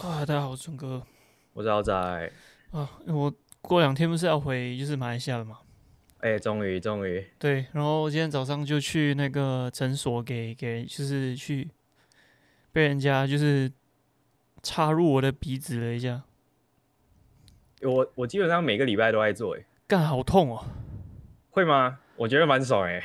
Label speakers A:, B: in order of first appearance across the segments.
A: 啊，大家好，我是春哥
B: 我是豪仔。哎、
A: 啊。我过两天不是要回就是马来西亚了嘛？
B: 哎终于终于，
A: 对，然后今天早上就去那个诊所给给，就是去被人家就是插入我的鼻子了一下，
B: 我我基本上每个礼拜都在做、哎，
A: 干好痛哦！
B: 会吗？我觉得蛮爽哎、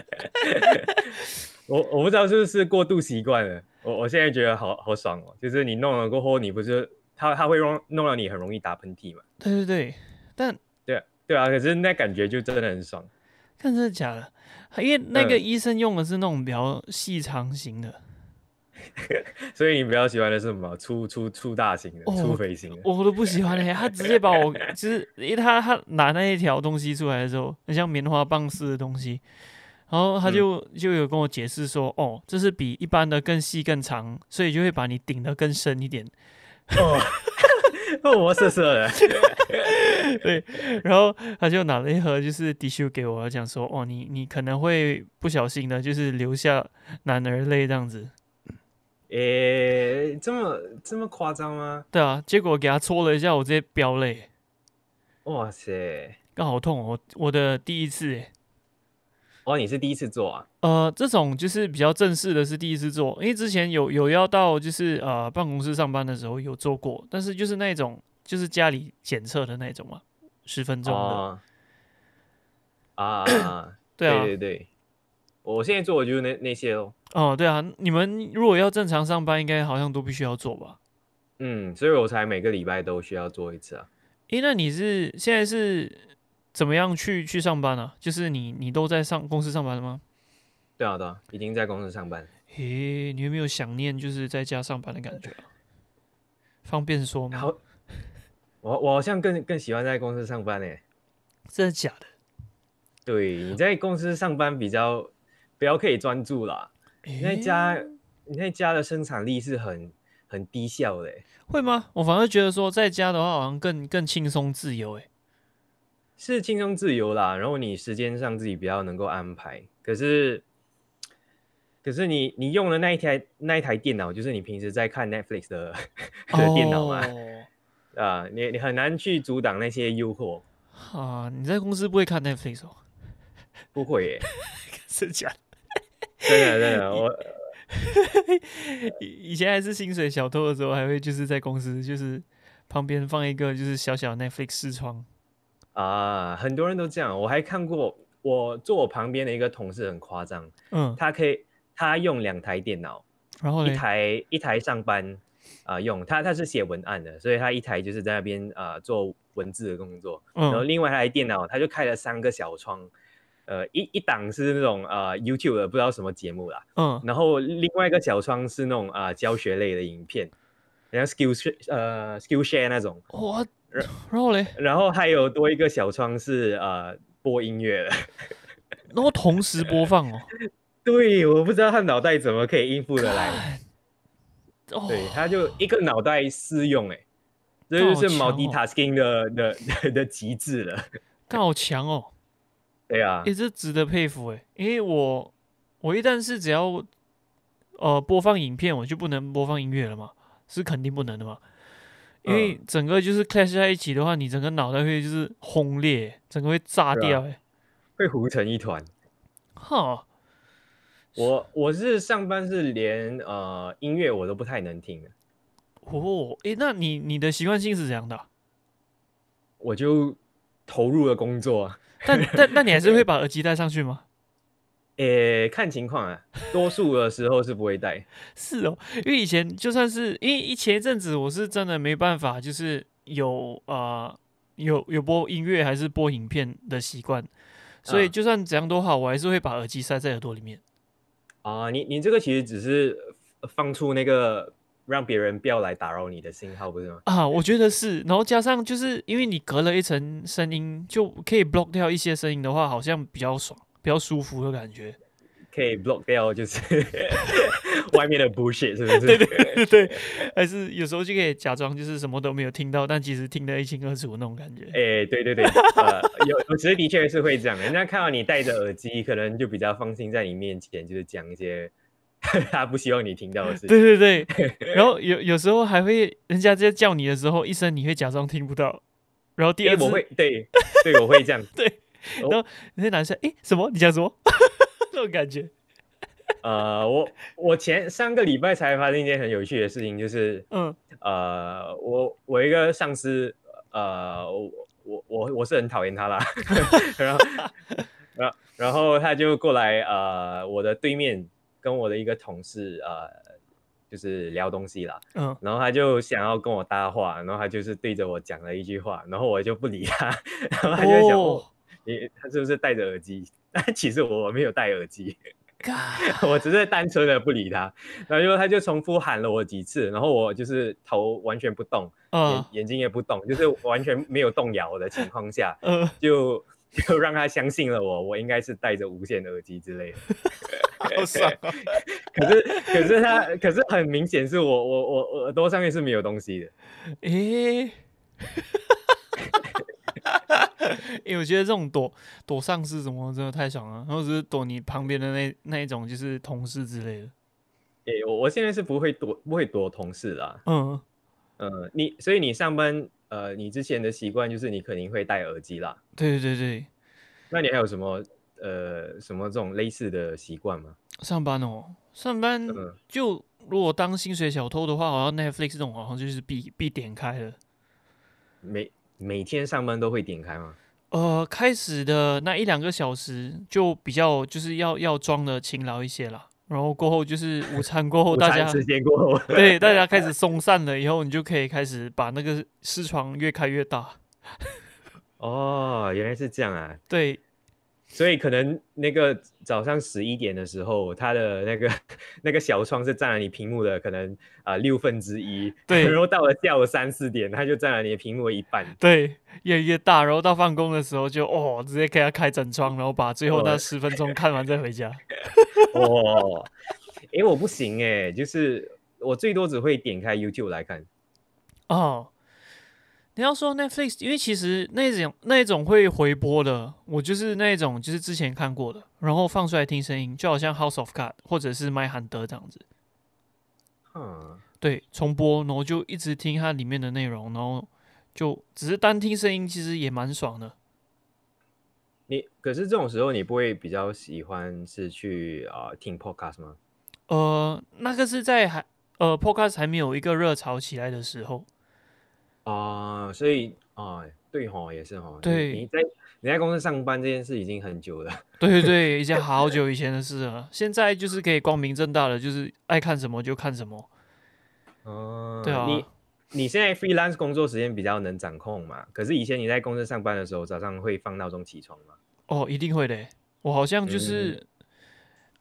B: 我我不知道是不是过度习惯了，我我现在觉得好好爽哦，就是你弄了过后，你不是它它会弄弄到你很容易打喷嚏嘛？
A: 对对对，但
B: 对对啊，可是那感觉就真的很爽。
A: 看真的假的？因为那个
B: 嗯
A: 医生用的是那种比较细长型的，
B: 所以你比较喜欢的是什么？粗粗粗大型的，
A: 哦
B: 粗肥型的。
A: 我都不喜欢嘞、他直接把我，就是因为他他拿那一条东西出来的时候，很像棉花棒似的东西，然后他就、就有跟我解释说，哦，这是比一般的更细更长，所以就会把你顶得更深一点。
B: 哦，哦我色色的。
A: 对，然后他就拿了一盒就是 tissue 给我，讲说，哦，你你可能会不小心的，就是流下男儿泪这样子。
B: 诶、这么这么夸张吗？
A: 对啊，结果给他搓了一下，我直接飙泪，
B: 哇塞！
A: 刚好痛哦，我我的第一次、欸。
B: 哦，你是第一次做啊？
A: 呃，这种就是比较正式的，是第一次做，因为之前有有要到就是呃办公室上班的时候有做过，但是就是那种就是家里检测的那种嘛，十分钟的，
B: 哦啊啊 啊啊
A: 对啊，
B: 对对对，我现在做的就是那那些咯。
A: 哦、对啊，你们如果要正常上班，应该好像都必须要做吧？
B: 嗯，所以我才每个礼拜都需要做一次啊。
A: 诶，那你是现在是怎么样去去上班啊？就是你你都在上公司上班了吗？
B: 对啊对啊，已经在公司上班。
A: 诶，你有没有想念就是在家上班的感觉啊？方便说吗？
B: 好， 我我好像更更喜欢在公司上班诶、欸
A: 真的假的？
B: 对，你在公司上班比较比较可以专注啦。你在
A: 诶
B: 家你在家的生产力是很很低效的欸、
A: 会吗？我反而觉得说在家的话，好像更更轻松自由欸 诶。
B: 是轻松自由啦，然后你时间上自己比较能够安排。可是，可是你你用的那一台那一台电脑，就是你平时在看 Netflix 的的电脑嘛，
A: 哦
B: 啊，你你很难去阻挡那些诱惑。
A: 啊，你在公司不会看 Netflix 哦？
B: 不会耶，
A: 是假的？
B: 真的真的，我
A: 以以前还是薪水小偷的时候，还会就是在公司就是旁边放一个就是小小的 Netflix 视窗。
B: 啊，很多人都这样。我还看过，我坐我旁边的一个同事很夸张，
A: 嗯，
B: 他可以他用两台电脑，
A: 然后
B: 一
A: 嘞，
B: 台一台上班啊、用，他他是写文案的，所以他一台就是在那边啊、做文字的工作，然后
A: 嗯，
B: 另外一台电脑他就开了三个小窗，呃一一档是那种啊、YouTube 的不知道什么节目啦，
A: 嗯，
B: 然后另外一个小窗是那种啊、教学类的影片，然后 Skill 呃 Skillshare 那种，
A: 哇，然后嘞，
B: 然后还有多一个小窗是呃播音乐的。
A: 然后同时播放哦，
B: 对，我不知道他脑袋怎么可以应付得来。
A: 干哦，
B: 对，他就一个脑袋四用、欸，哎，这
A: 这
B: 就
A: 好
B: 是
A: 强哦
B: multitasking 的、的的的极致了。
A: 干好强哦。
B: 对啊，
A: 诶，这值得佩服诶，因为我我一旦是只要呃播放影片，我就不能播放音乐了嘛，是肯定不能的嘛。因为
B: 嗯
A: 整个就是 clash 在一起的话，你整个脑袋会就是轰裂，整个会炸
B: 对啊
A: 掉诶。
B: 会糊成一团。
A: 哈，
B: 我我是上班是连呃音乐我都不太能听的，
A: 哦，诶，那你你的习惯性是怎样的啊、
B: 我就投入了工作啊。
A: 但 但但你还是会把耳机戴上去吗？
B: 诶、看情况啊，多数的时候是不会带。
A: 是哦，因为以前就算是因为一前一阵子我是真的没办法，就是有啊、呃有有播音乐还是播影片的习惯，所以
B: 嗯
A: 就算怎样都好，我还是会把耳机塞在耳朵里面。
B: 啊、你你这个其实只是放出那个让别人不要来打扰你的信号，不是吗？
A: 啊，我觉得是，然后加上就是因为你隔了一层声音，就可以 block 掉一些声音的话，好像比较爽，比较舒服的感觉。
B: 可以 block 掉就是 外面的 bullshit，是不是？对对
A: 对，还是有时候就可以假装就是什么都没有听到，但其实听得一清二楚那种感觉。
B: 哎、对对对，呃，有有时的确是会这样，人家看到你戴着耳机，可能就比较放心在你面前，就是讲一些 他不希望你听到的事情。
A: 对对对，然后有有时候还会人家在叫你的时候，一声你会假装听不到，然后第
B: 诶
A: 二次
B: 我会哦对对，我会这样。
A: 那些男生诶什么你讲什么 那种感觉，
B: 呃，我我前上个礼拜才发生一件很有趣的事情，就是
A: 嗯
B: 呃，我我一个上司，呃，我我我我是很讨厌他啦， 然后 然后然后他就过来，呃，我的对面跟我的一个同事，呃，就是聊东西啦，
A: 嗯，
B: 然后他就想要跟我搭话，然后他就是对着我讲了一句话，然后我就不理他，然后他就想，哦
A: 哦，
B: 你他是不是戴着耳机？ 但其实我没有戴耳机。
A: 嘎
B: 我只是单纯的不理他，然后就他就重复喊了我几次，然后我就是头完全不动，眼
A: 啊，
B: 眼睛也不动，就是完全没有动摇的情况下
A: 呃，
B: 就就让他相信了我，我应该是戴着无线耳机之类的。
A: 好爽啊，
B: 可是可是他可是很明显是我我我我耳朵上面是没有东西的，
A: 诶。 因为我觉得这种躲躲上司什么真的太爽了，然后只是躲你旁边的那那一种就是同事之类的，
B: 诶，我我现在是不会躲不会躲同事啦，
A: 嗯，
B: 呃，你所以你上班呃你之前的习惯就是你肯定会戴耳机啦，
A: 对对对，
B: 那你还有什么呃什么这种类似的习惯吗？
A: 上班哦，上班
B: 嗯
A: 就如果当薪水小偷的话，好像 Netflix 这种好像就是必必点开的。
B: 每每天上班都会点开吗？
A: 呃，开始的那一两个小时就比较就是要要装的勤劳一些啦，然后过后就是午餐过后，
B: 午
A: 大
B: 餐
A: 家
B: 时间过后，
A: 对大家开始松散了以后，你就可以开始把那个视窗越开越大。
B: 哦，原来是这样啊！
A: 对，
B: 所以可能那个早上十一点的时候，它的那个那个小窗是占了你屏幕的可能啊六、分之一，
A: 对
B: 然后到了下午三四点，它就占了你的屏幕的一 半。
A: 对，越来越大，然后到放工的时候就哦，直接给他开整窗，然后把最后那
B: 哦
A: 十分钟看完再回家。
B: 哦，诶，我不行诶，就是我最多只会点开 YouTube 来看。
A: 哦，你要说 Netflix，因为其实那种那种会回播的，我就是那种就是之前看过的，然后放出来听声音，就好像 House of Cards 或者是麦汉德这样子，
B: 嗯，
A: 对，重播，然后就一直听它里面的内容，然后就只是单听声音，其实也蛮爽的。
B: 你可是这种时候，你不会比较喜欢是去啊、听 podcast 吗？
A: 呃，那个是在还呃 Podcast 还没有一个热潮起来的时候，
B: 啊、所以啊、对吼，也是吼，你
A: 对
B: 你在你在公司上班这件事已经很久了，
A: 对对对，已经好久以前的事了，现在就是可以光明正大的，就是爱看什么就看什么。
B: 哦、
A: 对啊
B: 你你现在 freelance 工作时间比较能掌控嘛？可是以前你在公司上班的时候，早上会放闹钟起床吗？
A: 哦，一定会的欸。我好
B: 嗯
A: 像就是，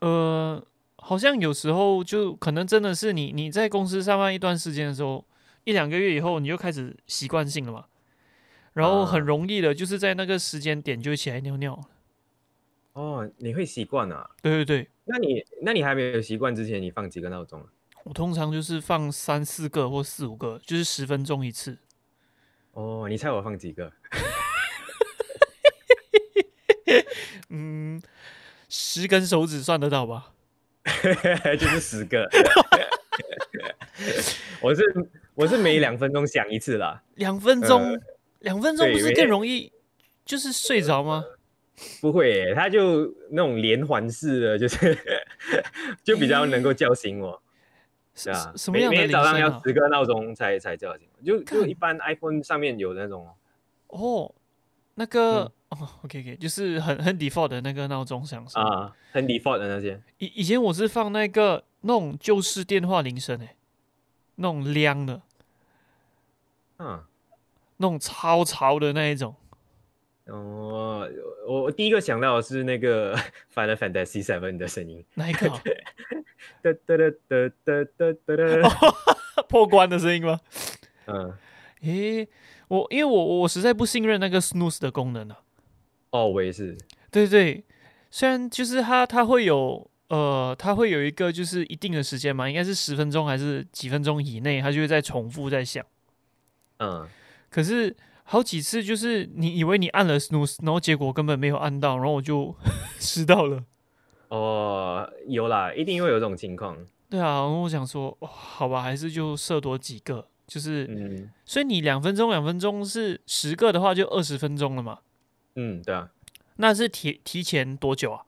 A: 呃，好像有时候就可能真的是你你在公司上班一段时间的时候，一两个月以后，你就开始习惯性了嘛，然后很
B: 啊
A: 容易的，就是在那个时间点就起来尿尿了。
B: 哦，你会习惯啊？
A: 对对对，
B: 那你那你还没有习惯之前，你放几个闹钟啊？
A: 我通常就是放三四个或四五个，就是十分钟一次。
B: 哦，你猜我放几个？
A: 嗯，十根手指算得到吧？
B: 就是十个。我是我是每两分钟响一次啦，
A: 两分
B: 呃
A: 钟，两分钟
B: 对
A: 不是
B: 每
A: 更
B: 天
A: 容易就是睡着吗？
B: 不会耶、他就那种连环式的，就是 就比较能够叫醒我，
A: 是
B: 对啊
A: 是，什么
B: 每
A: 样
B: 每
A: 的
B: 天
A: 铃
B: 早上
A: 声
B: 要
A: 啊？
B: 十个闹钟才才叫醒我，就就
A: 干
B: 一般 iPhone 上面有那种哦，
A: 哦，那个、哦，OK OK，就是很很 default 的那个闹钟响声。
B: 啊，很 default 的那些，
A: 以以前我是放那个那种旧式电话铃声诶、欸那种亮的，
B: 啊，
A: 那种超潮的那一种。
B: 哦，我我第一个想到的是那个 Final Fantasy Seven 的声音，
A: 那一个啊
B: 哒哒哒哒哒哒哒哒，
A: 哦破关的声音吗？
B: 嗯，
A: 诶、我因为我我实在不信任那个 snooze 的功能啊。
B: 哦，我也是，
A: 对对，虽然就是它它会有呃，它会有一个就是一定的时间嘛，应该是十分钟还是几分钟以内，它就会再重复再响。
B: 嗯，
A: 可是好几次 就是你以为你按了 snooze，然后结果根本没有按到，然后我就迟到了。
B: 哦，有啦，一定会有这种情况。
A: 对啊，我想说，哇好吧，还是就设多几个，就是，
B: 嗯
A: 所以你两分钟两分钟是十个的话，就二十分钟了嘛。
B: 嗯，对啊，
A: 那是提提前多久啊？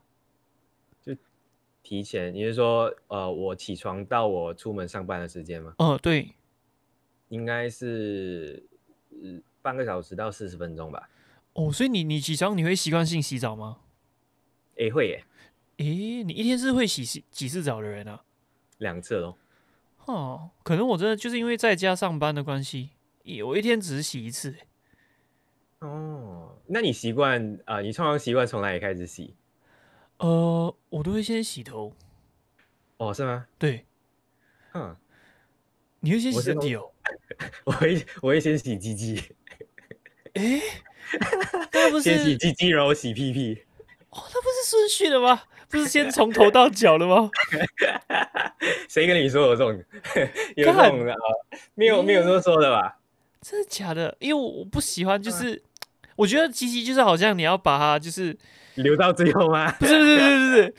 B: 提前，你是说呃，我起床到我出门上班的时间吗？
A: 嗯、对，
B: 应该是、呃、半个小时到四十分钟吧。
A: 哦，所以你你起床你会习惯性洗澡吗？
B: 诶，会耶，
A: 诶，你一天是会洗洗几次澡的人啊？
B: 两次咯。
A: 哦，可能我真的就是因为在家上班的关系，一我一天只洗一次。
B: 哦，那你习惯啊、呃你通常习惯从哪里开始洗？
A: 呃，我都会先洗头。
B: 哦，是吗？
A: 对，
B: 哼，
A: 你会先洗
B: 我是
A: 身
B: 那
A: 体 哦？
B: 我会我会先洗鸡鸡，
A: 那不
B: 先洗
A: 是
B: 鸡鸡，然后洗屁屁。
A: 哦，那不是顺序的吗？不是先从头到脚的吗？
B: 谁跟你说有这种 有这种的啊？没有没有这么说的吧？
A: 真的假的？因为我我不喜欢，
B: 嗯
A: 就是我觉得鸡鸡就是好像你要把它， 就是
B: 留到最后吗？
A: 不是不是不是不是，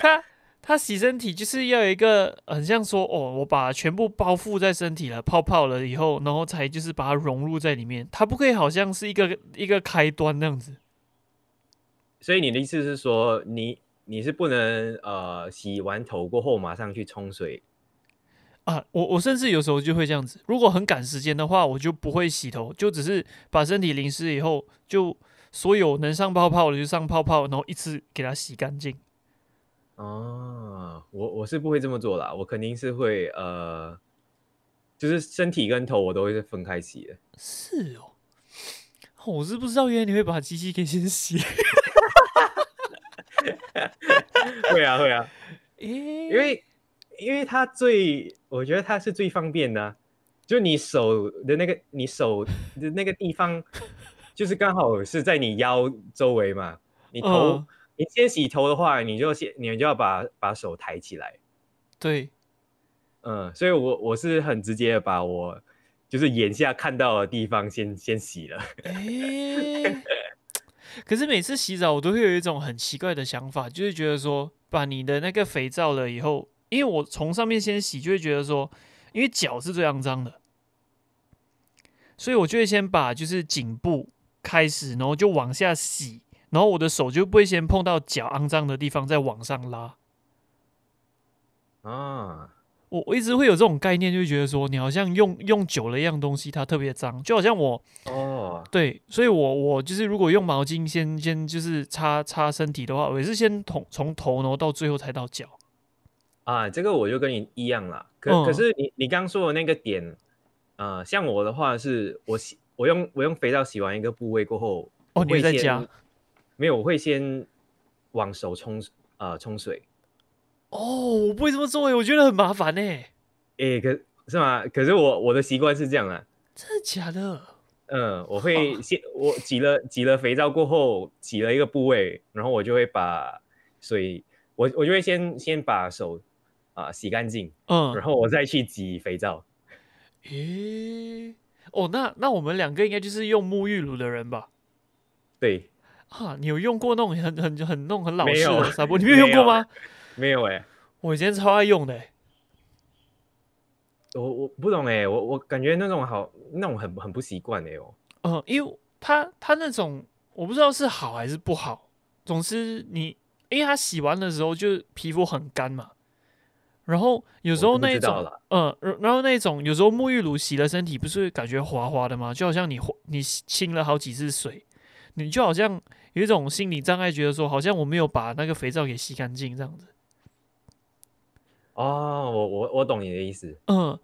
A: 它它洗身体就是要有一个很像说哦，我把全部包覆在身体了，泡泡了以后，然后才就是把它融入在里面，它不可以好像是一个一个开端那样子。
B: 所以你的意思是说，你你是不能呃洗完头过后马上去冲水
A: 啊，我我甚至有时候就会这样子，如果很赶时间的话，我就不会洗头，就只是把身体淋湿以后，就所有能上泡泡的就上泡泡，然后一次给它洗干净。
B: 哦？我我是不会这么做啦，我肯定是会呃，就是身体跟头我都会是分开洗的。
A: 是哦，我是不知道原来你会把机器给先洗。
B: 会啊会啊，
A: 因
B: 因为因为它最，我觉得它是最方便的啊、就你手的那个，你手的那个地方，就是刚好是在你腰周围嘛。你头，
A: 嗯
B: 你先洗头的话，你就先你就要把把手抬起来，
A: 对，
B: 嗯，所以我我是很直接的把我就是眼下看到的地方先先洗了。
A: 哎， 可是每次洗澡我都会有一种很奇怪的想法，就是觉得说，把你的那个肥皂了以后，因为我从上面先洗，就会觉得说，因为脚是最肮脏的，所以我就会先把就是颈部开始，然后就往下洗，然后我的手就不会先碰到脚肮脏的地方，再往上拉。
B: 啊，
A: 我我一直会有这种概念，就觉得说你好像用用久了一样东西，它特别脏，就好像我
B: 哦，
A: 对，所以我我就是如果用毛巾先先就是擦擦身体的话，我也是先从从头然后到最后才到脚。
B: 啊，这个我就跟你一样啦。可、
A: 嗯
B: 可是你你刚说的那个点，呃，像我的话是，我洗我用我用肥皂洗完一个部位过后，
A: 哦，
B: 我
A: 你会
B: 会
A: 在
B: 先
A: 家？
B: 没有，我会先往手冲呃冲水。
A: 哦，我不会这么做耶，我觉得很麻烦欸呢。
B: 诶，可是吗？可是我我的习惯是这样啊，
A: 真的假的？
B: 嗯，我会
A: 哦
B: 先我挤了挤了肥皂过后，挤了一个部位，然后我就会把水，我我就会先先把手啊、洗干净，
A: 嗯
B: 然，后我再去挤肥皂。
A: 诶，哦，那那我们两个应该就是用沐浴乳的人吧？
B: 对，
A: 啊，你有用过那种很很很那种很老
B: 没
A: 式
B: 有
A: 的纱 布？你没有用
B: 没
A: 过
B: 有
A: 吗？
B: 没有诶。
A: 我以前超爱用的欸耶。
B: 我我不懂哎、我我感觉那种好，那种很很不习惯哎哦。
A: 嗯，因为它它那种我不知道是好还是不好，总之你因为它洗完的时候就皮肤很干嘛，然后有时
B: 我
A: 候
B: 就不
A: 那一
B: 知道
A: 种
B: 了
A: 呃，然然后那一种有时候沐浴乳洗了身体不是会感觉滑滑的吗？就好像你滑你洗清了好几次水，你就好像有一种心理障碍，觉得说好像我没有把那个肥皂给洗干净这样子，
B: 哦，我我我懂你的意思。
A: 嗯、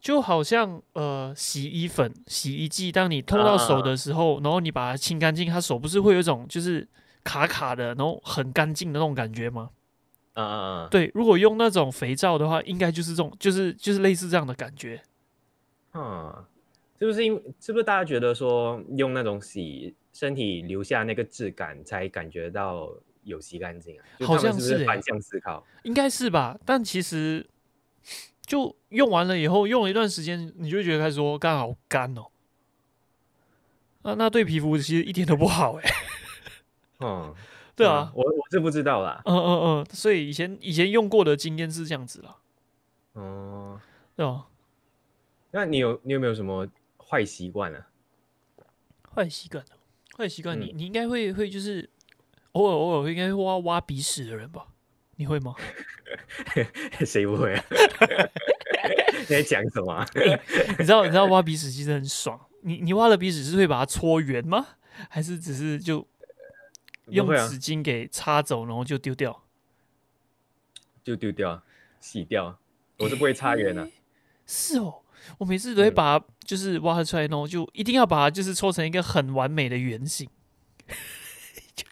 A: 就好像呃，洗衣粉、洗衣剂，当你碰到手的时候，然后你把它清干净，它手不是会有一种就是卡卡的，然后很干净的那种感觉吗？
B: 嗯嗯嗯，
A: 对，如果用那种肥皂的话，应该就是这种，就是就是类似这样的感觉。
B: 嗯，是不是因为是不是大家觉得说用那种洗身体留下那个质感，才感觉到有洗干净啊？就
A: 好
B: 他们
A: 像
B: 是
A: 是
B: 不
A: 欸
B: 是反向思考？
A: 应该是吧？但其实就用完了以后，用了一段时间，你就会觉得开始说干好干哦。啊，那对皮肤其实一点都不好哎、
B: 嗯，
A: 欸 对
B: 嗯
A: 啊，
B: 我我是不知道啦。
A: 嗯嗯嗯，所以以前以前用过的经验是这样子啦，
B: 哦、
A: 对吧？
B: 那你有你有没有什么坏习惯啊？
A: 坏习惯，坏习惯，
B: 嗯
A: 你你应该会会就是偶尔偶尔应该会挖挖鼻屎的人吧？你会吗？
B: 谁不会啊？ 你在讲 什么啊？
A: 你知道你知道挖鼻屎其实很爽，你你挖了鼻屎是会把它搓圆吗？还是只是就用
B: 不会啊，
A: 纸巾给擦走，然后就丢掉？
B: 就丢掉啊，洗掉啊。我是不会 擦圆的、啊
A: 是哦，我每次都会
B: 嗯
A: 把它就是挖出来，然后就一定要把它就是搓成一个很完美的圆形。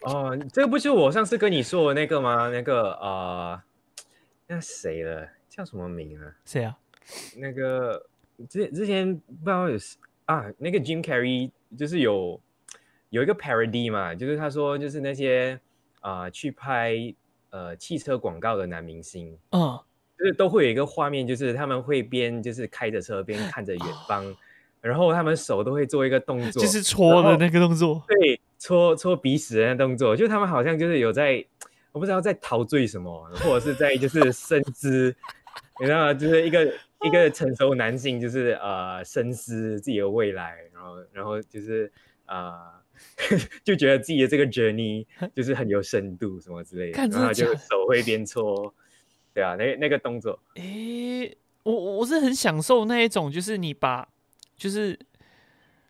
B: 哦，这个不是我上次跟你说的那个吗？那个呃，那谁了？叫什么名啊？
A: 谁啊？
B: 那个之之前不知道有谁啊，那个 Jim Carrey 就是有有一个 parody 嘛，就是他说就是那些啊、呃去拍呃汽车广告的男明星，
A: 嗯，
B: 就是都会有一个画面，就是他们会边就是开着车边看着远方，然后他们手都会做一个动作，
A: 哦就是搓的那个动作。
B: 对搓搓鼻屎的那动作，就他们好像就是有在，我不知道在陶醉什么，或者是在就是深思，你知道吗？就是一个一个成熟男性，就是呃深思自己的未来，然后然后就是呃 就觉得自己的这个 journey 就是很有深度什么之类的，
A: 干
B: 然后他
A: 真的假
B: 就
A: 的
B: 手会边搓，对啊，那那个动作，
A: 诶、我我我是很享受那一种，就是你把就是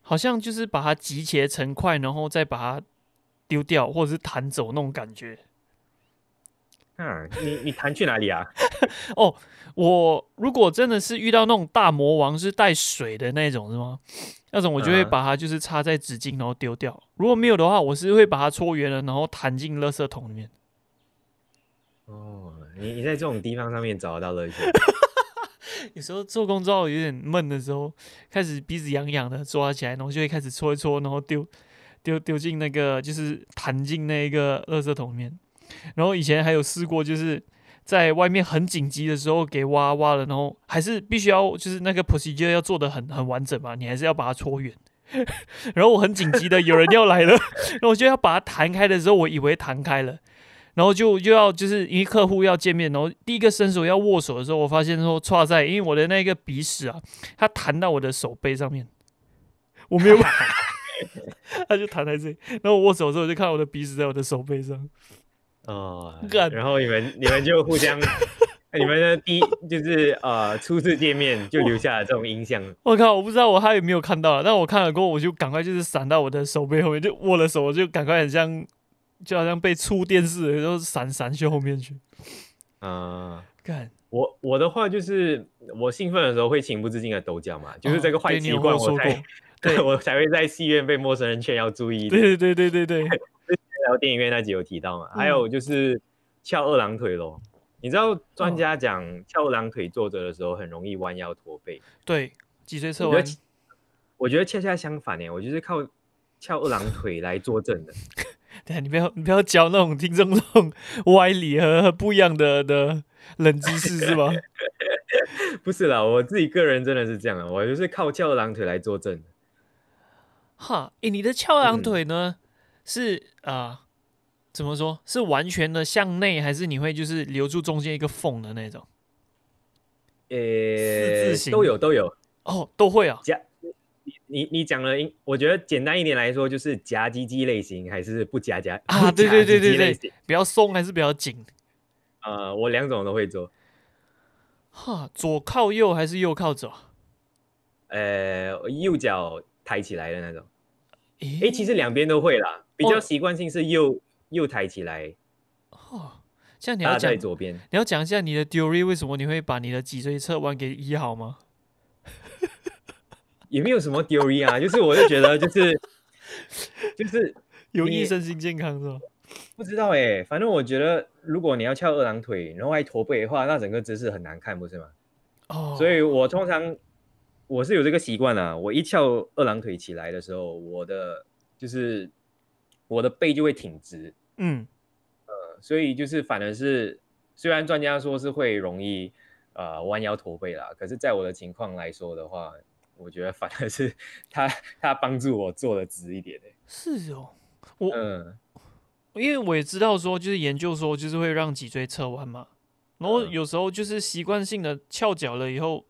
A: 好像就是把它集结成块，然后再把它丢掉或者是弹走那种感觉。
B: 啊，你你弹去哪里啊？
A: 哦，我如果真的是遇到那种大魔王是带水的那种是吗？那种我就会
B: 嗯
A: 把它就是插在纸巾然后丢掉。如果没有的话，我是会把它搓圆了，然后弹进垃圾桶里面。
B: 哦，你你在这种地方上面找得到乐趣。
A: 有时候做工作有点闷的时候，开始鼻子痒痒的，抓起来，然后就会开始搓一搓，然后丢丢丢进那个就是弹进那个垃圾桶里面。然后以前还有试过，就是在外面很紧急的时候给挖挖了，然后还是必须要就是那个 procedure 要做的很很完整嘛，你还是要把它搓圆。 然后我很紧急的，有人要来了， 然后我就要把它弹开的时候，我以为弹开了，然后就又要就是因为客户要见面，然后第一个伸手要握手的时候，我发现说错在，因为我的那个鼻屎啊，它弹到我的手背上面，我没有办法，它就弹在这里。然后我握手的时候，我就看到我的鼻屎在我的手背上，
B: 哦
A: 干，
B: 然后你们你们就 互相，你们的第一就是呃初次见面就留下了这种印象，
A: 我靠，我不知道我还有没有看到了，但我看了过后，我就赶快就是闪到我的手背后面，就握了手，我就赶快很像，就好像被触电似的，就闪闪去后面去，
B: 啊。
A: 干，
B: 我我的话就是我兴奋的时候会情不自禁的抖脚嘛，就是这个
A: 哦
B: 坏
A: 对你
B: 习
A: 有
B: 惯
A: 跟我说
B: 我才
A: 过，对
B: 我才会在戏院被陌生人劝要注意一点。
A: 对嗯对对对对对，
B: 然后电影院那集有提到嘛，还有就是翘二郎腿咯。你知道
A: 嗯
B: 专家讲翘二郎腿坐着的时候很容易弯腰驼背，
A: 对，脊椎侧
B: 我觉
A: 弯
B: 得，我觉得恰恰相反呢，欸我就是靠翘二郎腿来坐正的。
A: 对，啊你不要你不要教那种听众这种歪理和和不一样的的冷知识是吧？
B: 不是啦，我自己个人真的是这样啊，我就是靠翘二郎腿来坐正的。
A: 哈，诶，你的翘二郎
B: 嗯
A: 腿呢、是啊、呃怎么说是完全的向内，还是你会就是留住中间一个缝的那种？
B: 呃
A: 四字，形
B: 都有都有
A: 哦，都会啊。
B: 夹。你你你讲了，应我觉得简单一点来说，就是夹鸡鸡类型还是不夹夹
A: 啊
B: 不夹
A: 对对对
B: 鸡鸡
A: 对
B: 类型
A: 比较松还是比较紧？
B: 呃，我两种都会做。
A: 哈，左靠右还是右靠左？
B: 呃，右脚抬起来的那种。
A: 诶、
B: 诶，其实两边都会啦，比较
A: 哦
B: 习惯性是右右抬起来
A: 哈，这样你要
B: 搭
A: 讲，
B: 在
A: 你
B: 左边。
A: 要讲一下你的 theory 为什么你会把你的脊椎侧弯给医好吗？
B: 也没有什么 theory 啊，就是我就觉得就是 就是
A: 有益
B: 你
A: 身心健康是吧？
B: 不知道哎、反正我觉得，如果你要翘二郎腿，然后还驼背的话，那整个姿势很难看，不是吗？
A: 哦，
B: 所以我通常我是有这个习惯啊，我一翘二郎腿起来的时候，我的就是我的背就会挺直，
A: 嗯，
B: 呃所以就是反而是虽然专家说是会容易呃弯腰驼背啦，可是在我的情况来说的话，我觉得反而是他他帮助我坐的直一点、欸、
A: 是哦，我
B: 嗯，
A: 因为我也知道说，就是研究说，就是会让脊椎侧弯嘛。然后
B: 嗯
A: 有时候就是习惯性的翘脚了以后，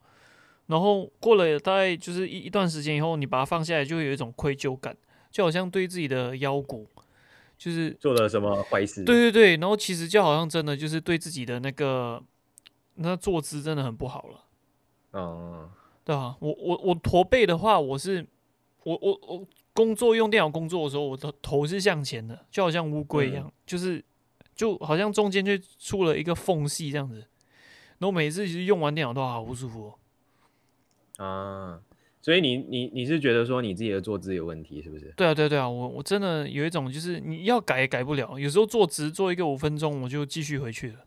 A: 然后过了大概就是一一段时间以后，你把它放下来，就会有一种愧疚感，就好像对自己的腰骨，就是
B: 做了什么坏事？
A: 对，对对，然后其实就好像真的就是对自己的那个那坐姿真的很不好了。
B: 嗯，
A: 对啊，我我我驼背的话，我是我我我工作用电脑工作的时候，我的头是向前的，就好像乌龟一样，
B: 嗯
A: 就是就好像中间就出了一个缝隙这样子。然后每次其实用完电脑都好不舒服、哦。
B: 啊，所以你你你是觉得说你自己的坐姿有问题是不是？
A: 对啊，对啊对啊，我我真的有一种就是你要改也改不了，有时候坐直坐一个五分钟我就继续回去了，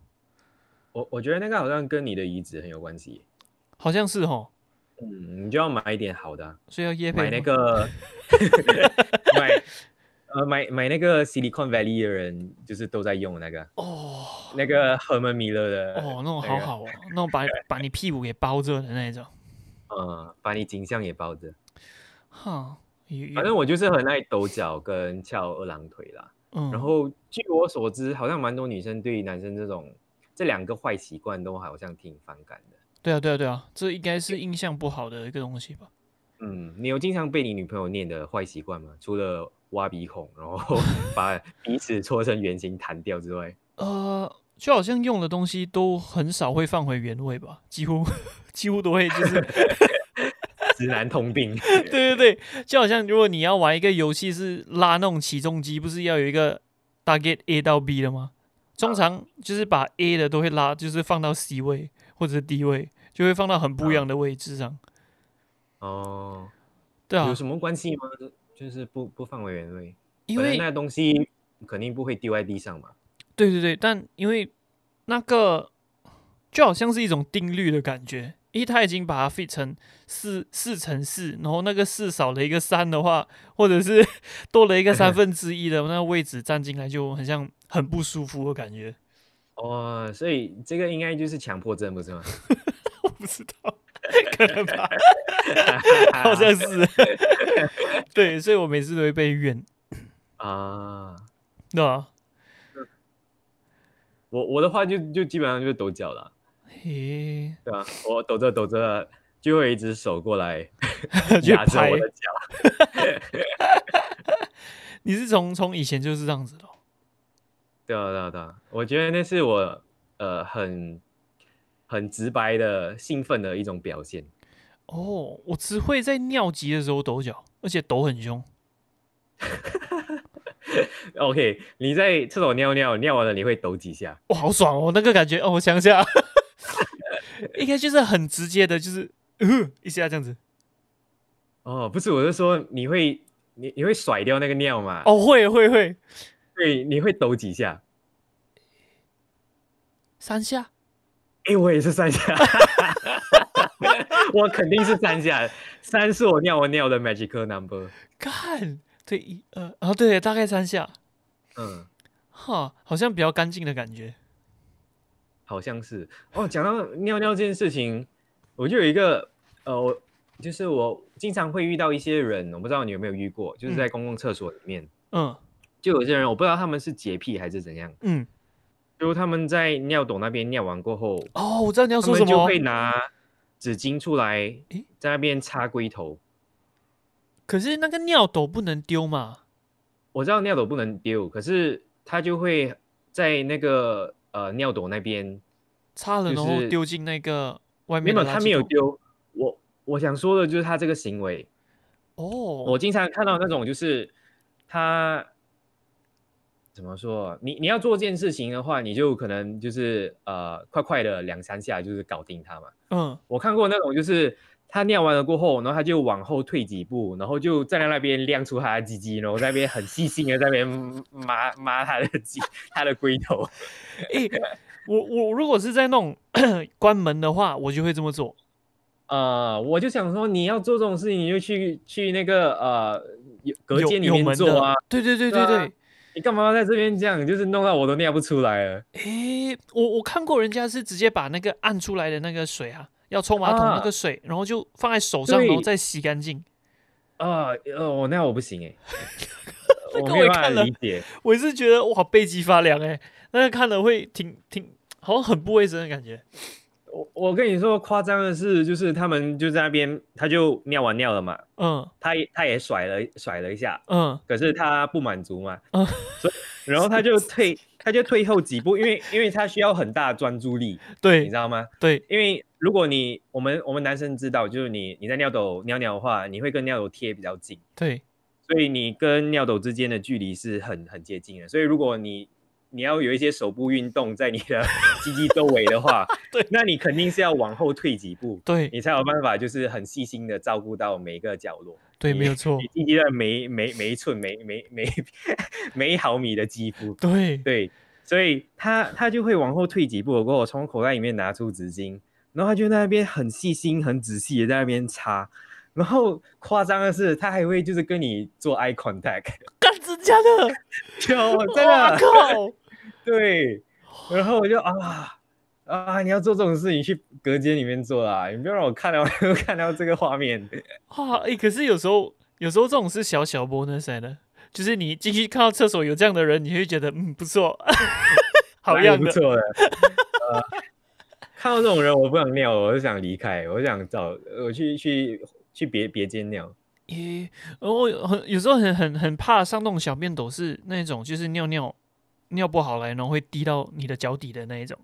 B: 我我觉得那个好像跟你的移植很有关系。
A: 好像是哦，
B: 嗯，你就要买一点好的啊、
A: 所以要夜配
B: 买那
A: 吗
B: 个 买呃买买那个 Silicon Valley 的人就是都在用的那个
A: 哦
B: 那个 Herman Miller 的
A: 哦，那种
B: 那
A: 好
B: 个
A: 好哦，那种把把你屁股给包着的那一种，
B: 嗯，把你颈项也包着。
A: 嗯哈，有有
B: 反正我就是很爱抖脚跟翘二郎腿啦。
A: 嗯，
B: 然后据我所知，好像蛮多女生对男生这种这两个坏习惯都好像挺反感的。
A: 对啊，对啊，对啊，这应该是印象不好的一个东西吧？
B: 嗯，你有经常被你女朋友念的坏习惯吗？除了挖鼻孔，然后把鼻屎搓成圆形弹掉之外，
A: 呃，就好像用的东西都很少会放回原位吧，几乎 几乎都会就是，
B: 直男通病。
A: 对对对，就好像如果你要玩一个游戏是拉那种起重机，不是要有一个 target A 到 B 的吗？通常就是把 A 的都会拉，就是放到 C 位或者是 D 位，就会放到很不一样的位置上。
B: 哦，
A: 对啊
B: 有，什么关系吗？就是不不放回原位，
A: 因
B: 反正
A: 为
B: 那东西肯定不会丢在地上嘛。
A: 对对对，但因为那个就好像是一种定律的感觉，因为它已经把它 fit 成四四乘四，然后那个四少了一个三的话，或者是 多了一个三分之一的那个位置站进来，就很像很不舒服的感觉。
B: 哦，所以这个应该就是强迫症，不是吗？
A: 我不知道，可能吧，好像是。 对，所以我每次都会被怨，
B: 啊，
A: 对吧？
B: 我我的话就就基本上就是抖脚了，
A: 嘿，
B: 对啊，我抖着抖着就会有一只手过来
A: 去
B: 压着
A: 拍
B: 我。的脚。
A: 你是从从以前就是这样子的哦、
B: 对啊，对啊，对啊，我觉得那是我呃很很直白的兴奋的一种表现。
A: 哦，我只会在尿急的时候抖脚，而且抖很凶。
B: OK，你在厕所尿尿，尿完了你会抖几下？
A: 哇，好爽哦，那个感觉哦，我想一 下，应该就是很直接的，就是呃一下这样子。
B: 哦，不是，我是说你会你你会甩掉那个尿嘛？，
A: 哦，会会会，
B: 对，你会抖几下？
A: 三下。
B: 哎，我也是三下， 我肯定是三下，三是我尿完尿的 magical number。
A: 干，对，一二，啊，对，大概三下。
B: 嗯，
A: 哈，好像比较干净的感觉。
B: 好像是哦。讲到尿尿这件事情，我就有一个呃，我就是我经常会遇到一些人，我不知道你有没有遇过，就是在公共厕所里面，
A: 嗯
B: 就有些人我不知道他们是洁癖还是怎样，
A: 嗯，
B: 就是他们在尿斗那边尿完过后，
A: 哦，我知道你要
B: 他
A: 说
B: 们
A: 什
B: 就
A: 么
B: 会。拿纸巾出来
A: 诶，
B: 在那边擦龟头。
A: 可是那个尿斗不能丢嘛？
B: 我知道尿斗不能丢，可是他就会在那个呃尿斗那边
A: 擦了
B: 就
A: 然后
B: 是
A: 丢进那个外
B: 没
A: 面的
B: 有，
A: 垃圾
B: 他没有
A: 桶。
B: 丢。我我想说的就是他这个行为，
A: 哦，
B: 我经常看到那种就是他怎么说啊？你你要做这件事情的话，你就可能就是呃快快的两三下就是搞定他嘛。
A: 嗯，
B: 我看过那种就是。他尿完了过后，然后他就往后退几步，然后就站在那边亮出他的鸡鸡，然后在那边很细心的在那边抹抹他的鸡，他的龟头。
A: 诶、我我如果是在那种 关门的话，我就会这么做。
B: 呃，我就想说，你要做这种事情，你就去去那个呃有隔
A: 有
B: 间里
A: 有
B: 面
A: 门
B: 做啊
A: 的，，对对对
B: 对
A: 对
B: 啊
A: 对。
B: 你干嘛要在这边这样？就是弄到我都尿不出来了。
A: 诶、我我看过人家是直接把那个按出来的那个水啊，要冲马桶那
B: 啊
A: 个水，然后就放在手上，然后
B: 对
A: 再洗干净。
B: 欸啊，呃，我那我不行哎、
A: 那
B: 我
A: 个
B: 没
A: 我也
B: 有办
A: 看
B: 法
A: 了
B: 理，解。
A: 我也是觉得哇背脊发凉哎、那个看了会挺挺好像很不卫生的感觉。
B: 我我跟你说，夸张的是，就是他们就在那边，他就尿完尿了嘛，
A: 嗯
B: 他也他也甩了甩了一下，
A: 嗯
B: 可是他不满足嘛，
A: 嗯
B: 所以然后他就退，他就退后几步，因为因为他需要很大的专注力，你
A: 对
B: 知道吗？
A: 对
B: 因为如果你我们我们男生知道，就是你你在尿斗尿尿的话，你会跟尿斗贴比较近，
A: 对
B: 所以你跟尿斗之间的距离是很很接近的。所以如果你你要有一些手部运动在你的鸡鸡周围的话，
A: 对
B: 那你肯定是要往后退几步，
A: 对
B: 你才有办法就是很细心的照顾到每一个角落，
A: 对，
B: 你
A: 没有错
B: 你，鸡鸡的每每每一寸每每每 每一毫米的肌肤，
A: 对
B: 对，所以他他就会往后退几步，过后从口袋里面拿出纸巾，然后他就在那边很细心、很仔细的在那边擦。然后夸张的是，他还会就是跟你做 eye contact，
A: 干真假的，
B: 就 真
A: 哇
B: 的啊
A: 靠！
B: 对。然后我就啊啊，你要做这种事，你去隔间里面做啊，你不要让我看到 看到这个画面。
A: 哇，哎、可是有时候，有时候这种是小小 bonus 来的，就是你进去看到厕所有这样的人，你会觉得嗯不错， 好
B: 蛮
A: 样
B: 不
A: 的，
B: 错的。呃，看到这种人，我不想尿，我就想离开，我就想找呃我去去去别别间尿。
A: 耶、然后呃我很有时候很很很怕上那种小便斗，是那种就是尿尿尿不好来，然后会滴到你的脚底的那一种。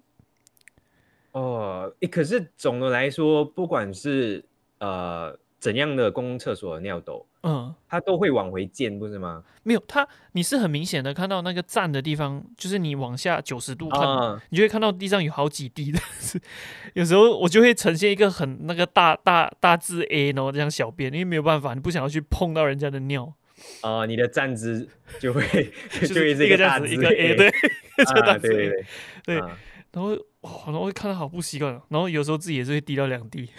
B: 哦，诶可是总的来说，不管是呃怎样的公共厕所的尿斗，
A: 嗯，
B: 它都会往回溅，不是吗？
A: 没有，它你是很明显的看到那个站的地方，就是你往下九十度看，
B: 啊，
A: 你就会看到地上有好几滴的。是有时候我就会呈现一个很那个大大大字 A，然后这样小便，因为没有办法，你不想要去碰到人家的尿。
B: 啊，你的站姿 就会
A: 就
B: 就是会
A: 一
B: 这
A: 个这
B: 大
A: 样子，一
B: 字
A: 个 A，对， 就大
B: 啊，
A: 字
B: 对对
A: A，
B: 对
A: 对
B: 啊
A: 然后哇，然后会看到好不习惯哦，然后有时候自己也是会滴到两滴，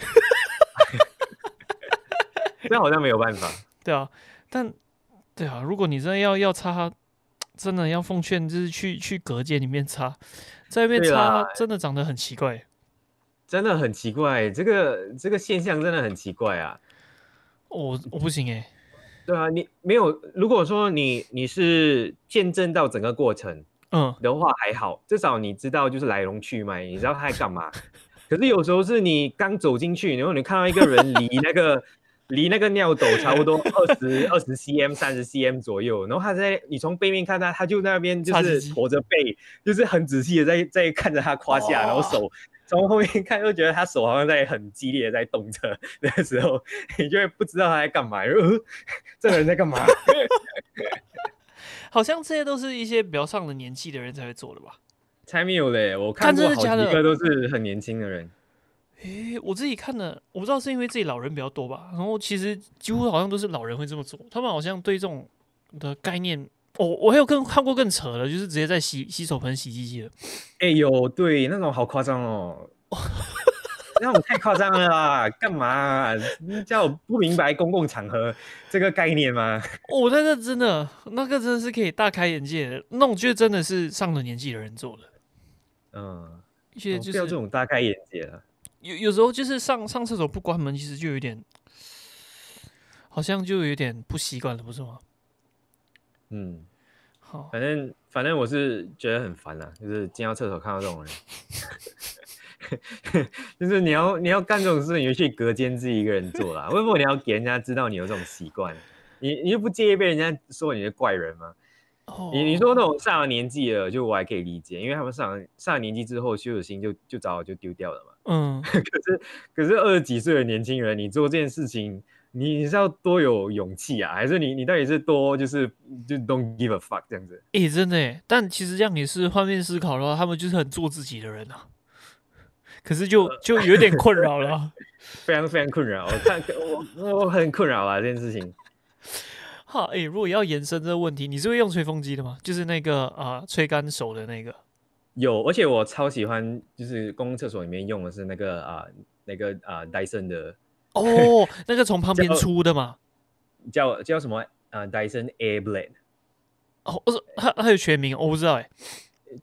B: 这好像没有办法。
A: 对啊，但对啊，如果你真的要要擦，真的要奉劝就是去去隔间里面擦，在外面
B: 对
A: 擦
B: 啦
A: 真的长得很奇怪，
B: 真的很奇怪，这个这个现象真的很奇怪啊！
A: 我我不行哎，
B: 对啊，你没有，如果说你你是见证到整个过程，
A: 嗯，
B: 的话还好，至少你知道就是来龙去脉，你知道他在干嘛。可是有时候是你刚走进去，然后你看到一个人离那个离那个尿斗差 不多二十二十 cm、三十 cm 左右，然后他在你从背面看他，他就在那边就
A: 擦鸡
B: 是
A: 鸡
B: 驼着背，就是很仔细的在在看着他胯下，然
A: 哦
B: 后手从后面看就觉得他手好像在很激烈的在动着的时候，你就会不知道他在干嘛，然后呃这个人在干嘛？
A: 好像这些都是一些比较上了年纪的人才会做的吧？
B: 才没有嘞，我
A: 看
B: 看过
A: 真的
B: 好
A: 假的
B: 几个都是很年轻的人。
A: 诶，我自己看的，我不知道是因为自己老人比较多吧，然后其实几乎好像都是老人会这么做，他们好像对这种的概念，我、我还有更看过更扯的，就是直接在洗洗手盆洗机器的，
B: 哎呦，对，那种好夸 张哦，那种太夸张了啦！干嘛啊、你叫我不明白公共场合这个概念吗？
A: 哦，那个真的，那个真的是可以大开眼界的，那我觉得真的是上了年纪的人做的，
B: 嗯，
A: 一些
B: 哦
A: 就
B: 不要这
A: 是、
B: 种大开眼界了。
A: 有有时候就是上上厕所不关门，其实就有点，好像就有点不习惯了，不是吗？
B: 嗯，
A: 好，
B: 反正反正我是觉得很烦啦，就是进到厕所看到这种人， 就是你要你要干这种事，你就去隔间自己一个人做啦。为什么你要给人家知道你有这种习惯？你你就不介意被人家说你是怪人吗？
A: 哦
B: 你你说那种上了年纪了，就我还可以理解，因为他们上了上了年纪之后，羞耻心就就早早就丢掉了嘛。
A: 嗯，
B: 可是二十几岁的年轻人，你做这件事情，你你是要多有勇气啊，还是你你到底是多就是就 don't give a fuck 这样子？
A: 诶、真的诶，但其实这样也是换面思考的话，他们就是很做自己的人啊。可是
B: 呃
A: 就就有点困扰了 啊
B: 非常非常困扰，我看我我很困扰啊这件事情。
A: 哈。诶、如果要延伸这个问题，你是会用吹风机的吗？就是那个啊、吹干手的那个。
B: 有，而且我超喜欢，就是公共厕所里面用的是那个啊、那个啊、戴森的
A: 哦，那个从旁边
B: 叫
A: 出的嘛。
B: 叫叫什么啊、戴森 Air Blade。
A: 哦，我说它它有全名，哦我不知道欸诶。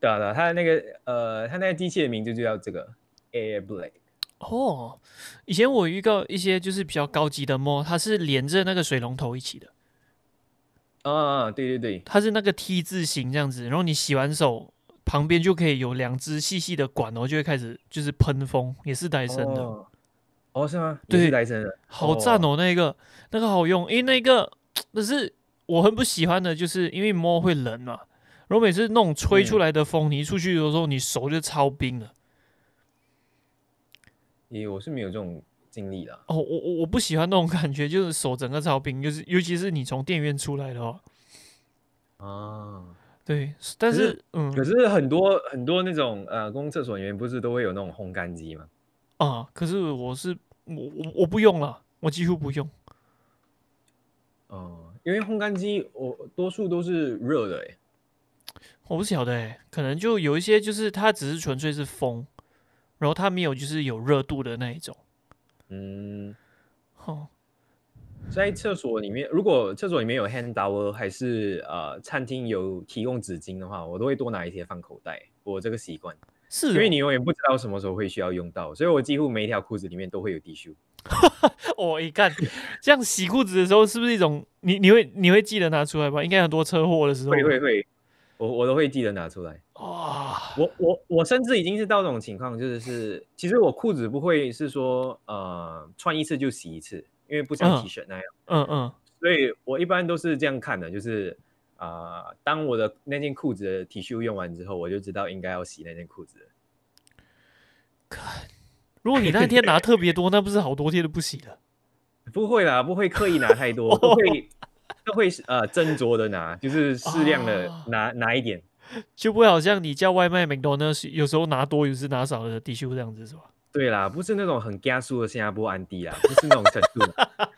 B: 对啊，对啊，它那个呃，它那个机器的名字就叫这个 Air Blade。
A: 哦，以前我遇到一些就是比较高级的猫，它是连着那个水龙头一起的。
B: 啊，对对对，
A: 它是那个 T 字形这样子，然后你洗完手旁边就可以有两只细细的管，哦然后就会开始就是喷风，也是戴森的，
B: 哦，哦是吗？
A: 对
B: 也是莱森的，
A: 好赞哦，那个那个好用，因为那个可是我很不喜欢的，就是因为摸会冷嘛，然后每次那种吹出
B: 嗯
A: 来的风，你一出去的时候，你手就超冰了。
B: 咦，我是没有这种经历啦。
A: 哦，我我我不喜欢那种感觉，就是手整个超冰，就是尤其是你从电影院出来的话，
B: 啊，
A: 对，但
B: 可是
A: 是嗯
B: 可是很多很多那种呃公共厕所里面不是都会有那种烘干机吗？
A: 啊，可是我是我我我不用了，我几乎不用。
B: 哦、因为烘干机我多数都是热的、欸，
A: 我不晓得欸，可能就有一些就是它只是纯粹是风，然后它没有就是有热度的那一种。
B: 嗯，
A: 哦，
B: 在厕所里面，如果厕所里面有 hand towel，还是呃餐厅有提供纸巾的话，我都会多拿一些放口袋，我有这个习惯，
A: 是
B: 因为
A: 哦
B: 你永远不知道什么时候会需要用到，所以我几乎每一条裤子里面都会有 T 恤。
A: 哦， 一看这样洗裤子的时候，是不是一种你你会你会记得拿出来吧？应该很多车祸的时候
B: 会会会，我我都会记得拿出来。
A: 哇，
B: 我我我甚至已经是到这种情况，就是是，其实我裤子不会是说呃穿一次就洗一次，因为不像
A: 嗯
B: T 恤那样，
A: 嗯嗯
B: 所以我一般都是这样看的，就是啊、呃当我的那件裤子的 T 恤用完之后，我就知道应该要洗那件裤子了。
A: 如果你那天拿特别多，那不是好多天都不洗了？
B: 不会啦，不会刻意拿 太多，不会，都会呃斟酌的拿，就是适量的
A: 啊
B: 拿、拿一点。
A: 就不会好像你叫外卖 McDonald's 有时候拿多，有时拿少的 T 恤这样子是吧？
B: 对啦，不是那种很加速的新加坡安迪啦，不是那种程度啦。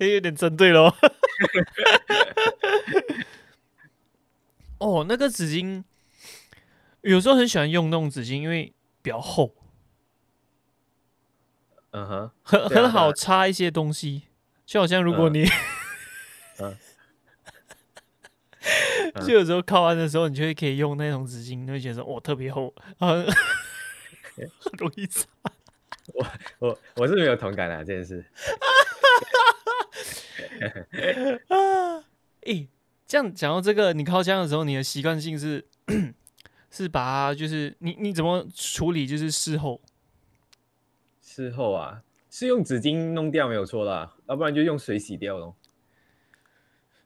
A: 也有点针对喽。 哦，那个纸巾，有时候很喜欢用那种纸巾，因为比较厚，
B: 嗯哼，
A: 很、
B: 对啊
A: 很好
B: 对啊
A: 插一些东西。就好像如果 你、
B: 嗯嗯
A: 就有时候靠完的时候，你就会可以用那种纸巾，你会觉得说哇特别厚，很很容易擦。
B: 我我是没有同感啦，这件事。
A: 啊诶、这样讲到这个，你靠枪的时候，你的习惯性是 是把它就是你你怎么处理？就是事后
B: 事后啊，是用纸巾弄掉没有错啦，要不然就用水洗掉咯。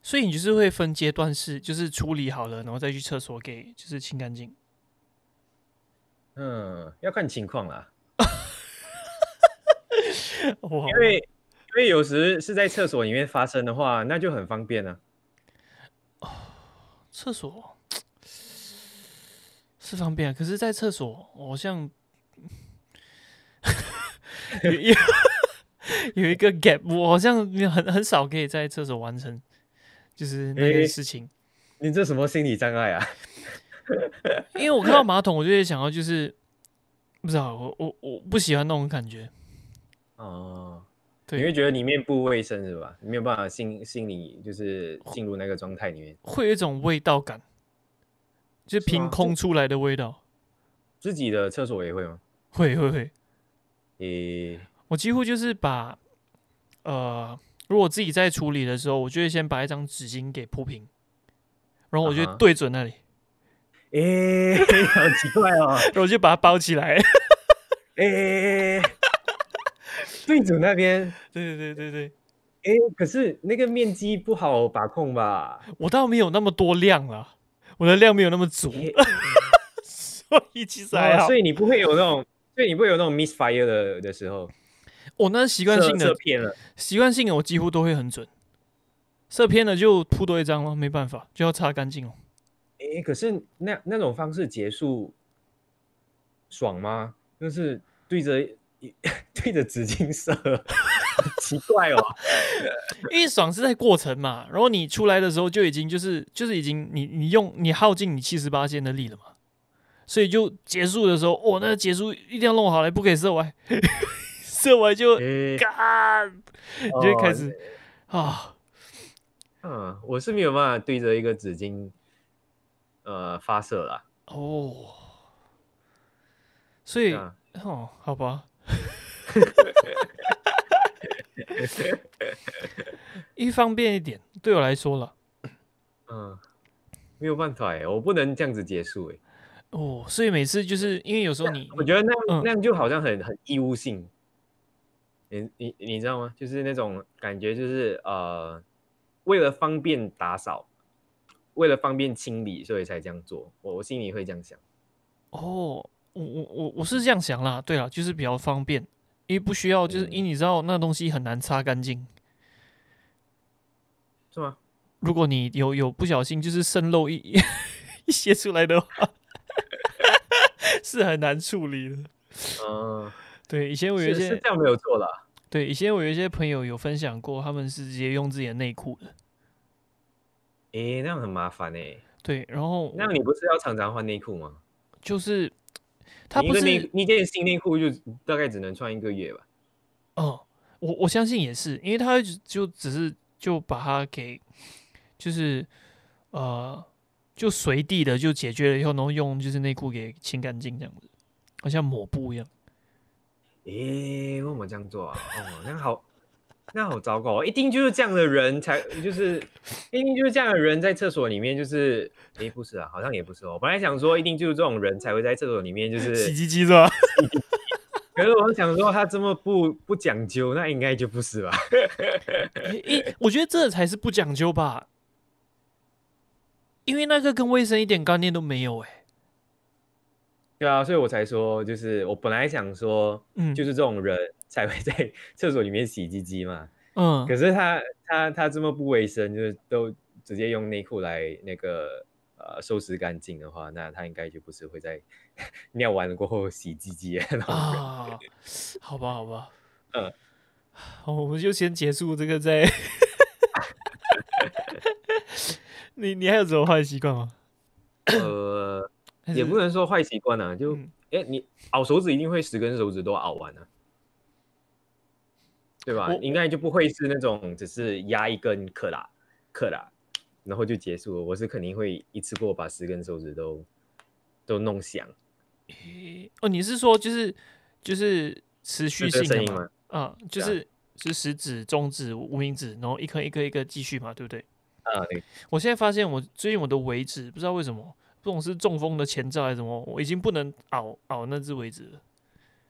A: 所以你就是会分阶段式，就是处理好了，然后再去厕所给就是清干净。
B: 嗯，要看情况啦，
A: 哇，
B: 因为因为有时是在厕所里面发生的话，那就很方便啊。
A: 厕所是方便啊，可是，在厕所我好像 有有有一个 gap，我好像很很少可以在厕所完成，就是那些
B: 诶
A: 事情。
B: 你这什么心理障碍啊？
A: 因为我看到马桶，我就会想到就是不知道，我我我不喜欢那种感觉。
B: 哦，
A: 对
B: 你会觉得里面不卫生是吧？你没有办法心心里就是进入那个状态里面，
A: 会有一种味道感，就是
B: 是吗
A: 凭空出来的味道。
B: 自己的厕所也会吗？
A: 会会会，
B: 诶，
A: 我几乎就是把呃，如果自己在处理的时候，我就会先把一张纸巾给铺平，然后我就
B: 啊哈
A: 对准那里，
B: 诶， 好奇怪哦，
A: 然后我就把它包起来。
B: 哎诶，哎对主那边，
A: 对对对对对，
B: 诶，可是那个面积不好把控吧？
A: 我倒没有那么多量啦，我的量没有那么足，
B: 诶
A: 所以其实还
B: 哦
A: 好。
B: 所以你不会有那种，所以你不会有那种 misfire 的的时候，
A: 我那习惯
B: 射
A: 性的
B: 射偏了。
A: 习惯性的我几乎都会很准，射偏了就铺多一张了，没办法，就要擦干净哦。
B: 诶，哎可是那那种方式结束，爽吗？就是对着 一对着纸巾射， 很奇怪哦。
A: 因为爽是在过程嘛，然后你出来的时候就已经就是就是已经你你用你耗尽你七十八线的力了嘛，所以就结束的时候，哦，那个结束一定要弄好了，不可以射歪， 射歪就
B: 诶，
A: 干，你就会
B: 哎哦
A: 开始啊，
B: 嗯，我是没有办法对着一个纸巾，呃，发射啦。
A: 哦，所以
B: 啊
A: 哦，好吧。一方便一点，对我来说了，
B: 嗯，没有办法哎，我不能这样子结束哎。
A: 哦，所以每次就是因为有时候你
B: 我觉得那
A: 嗯
B: 样那样就好像很很义务性，你你你知道吗？就是那种感觉，就是呃，为了方便打扫，为了方便清理，所以才这样做。我我心里会这样想，
A: 哦，我我我我是这样想啦，对啦，就是比较方便，因为不需要，
B: 嗯
A: 就是因为你知道那东西很难擦干净。
B: 是
A: 嗯
B: 吗？
A: 如果你有有不小心就是渗漏一 一些出来的话， 是很难处理的。
B: 嗯、
A: 对，以前我有一
B: 是是
A: 些
B: 这样没有错啦。
A: 对以前我有一些朋友有分享过，他们是直接用自己的内裤的。
B: 诶，那样很麻烦诶。
A: 对，然后
B: 那样你不是要常常换内裤吗？
A: 就是他
B: 你
A: 不
B: 一个
A: 是
B: 内，你一件新内裤就大概只能穿一个月吧。
A: 嗯，我我相信也是，因为他就就只是就把它给就是呃就随地的就解决了以后，然后用就是内裤给清干净这样子，好像抹布一样。
B: 诶，为什么这样做啊？哦，那好，那好糟糕、哦，一定就是这样的人才，就是一定就是这样的人在厕所里面，就是诶，不是啊，好像也不是哦。我本来想说，一定就是这种人才会在厕所里面，就
A: 洗
B: 是，
A: 鸡鸡是 吧？
B: 可是我想说，他这么不不讲究，那应该就不是吧？
A: 诶、我觉得这才是不讲究吧，因为那个跟卫生一点关联都没有哎、
B: 对啊，所以我才说，就是我本来想说，
A: 嗯，
B: 就是这种人才会在厕所里面洗鸡鸡嘛。
A: 嗯
B: 可是他他他这么不卫生，就是都直接用内裤来那个呃收拾干净的话，那他应该就不是会在 尿完了过后洗鸡鸡的那 种人。
A: 啊，好吧好吧，
B: 哦 嗯
A: 好，我们就先结束这个 再 你你还有什么坏习惯吗？
B: 呃，
A: 还
B: 也
A: 是
B: 不能说坏习惯啊，就哎
A: 嗯、
B: 诶你咬手指一定会十根手指都咬完啊，对吧
A: 我？
B: 应该就不会是那种只是压一根克拉克拉，然后就结束了。我是肯定会一次过把十根手指都都弄响，
A: 诶哦，你是说就是就是持续
B: 是这
A: 性
B: 个声
A: 的
B: 音
A: 吗
B: 吗？？
A: 啊，就
B: 对啊
A: 是是食指、中指、无名指，然后一颗一颗一颗继续嘛，对不对？
B: 啊，对，
A: 我现在发现我最近我的尾指不知道为什么，不懂是中风的前兆还是什么，我已经不能咬咬那只尾指了。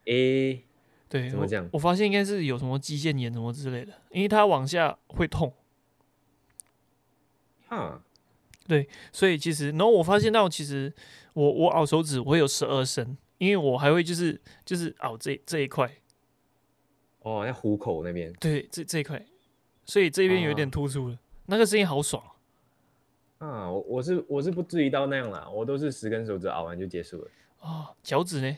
B: 诶、
A: 对，
B: 怎么
A: 我
B: 讲
A: 我发现应该是有什么肌腱炎什么之类的，因为它往下会痛，
B: 哈，
A: 所以其实，然后我发现到其实我我咬手指我会有十二声，因为我还会就是就是咬这这一块，
B: 哦，那虎口那边
A: 对，这这一块，所以这边有点
B: 哦
A: 突出了，那个声音好爽啊。
B: 啊，我我是我是不至于到那样啦，我都是十根手指熬完就结束了，
A: 啊脚趾呢？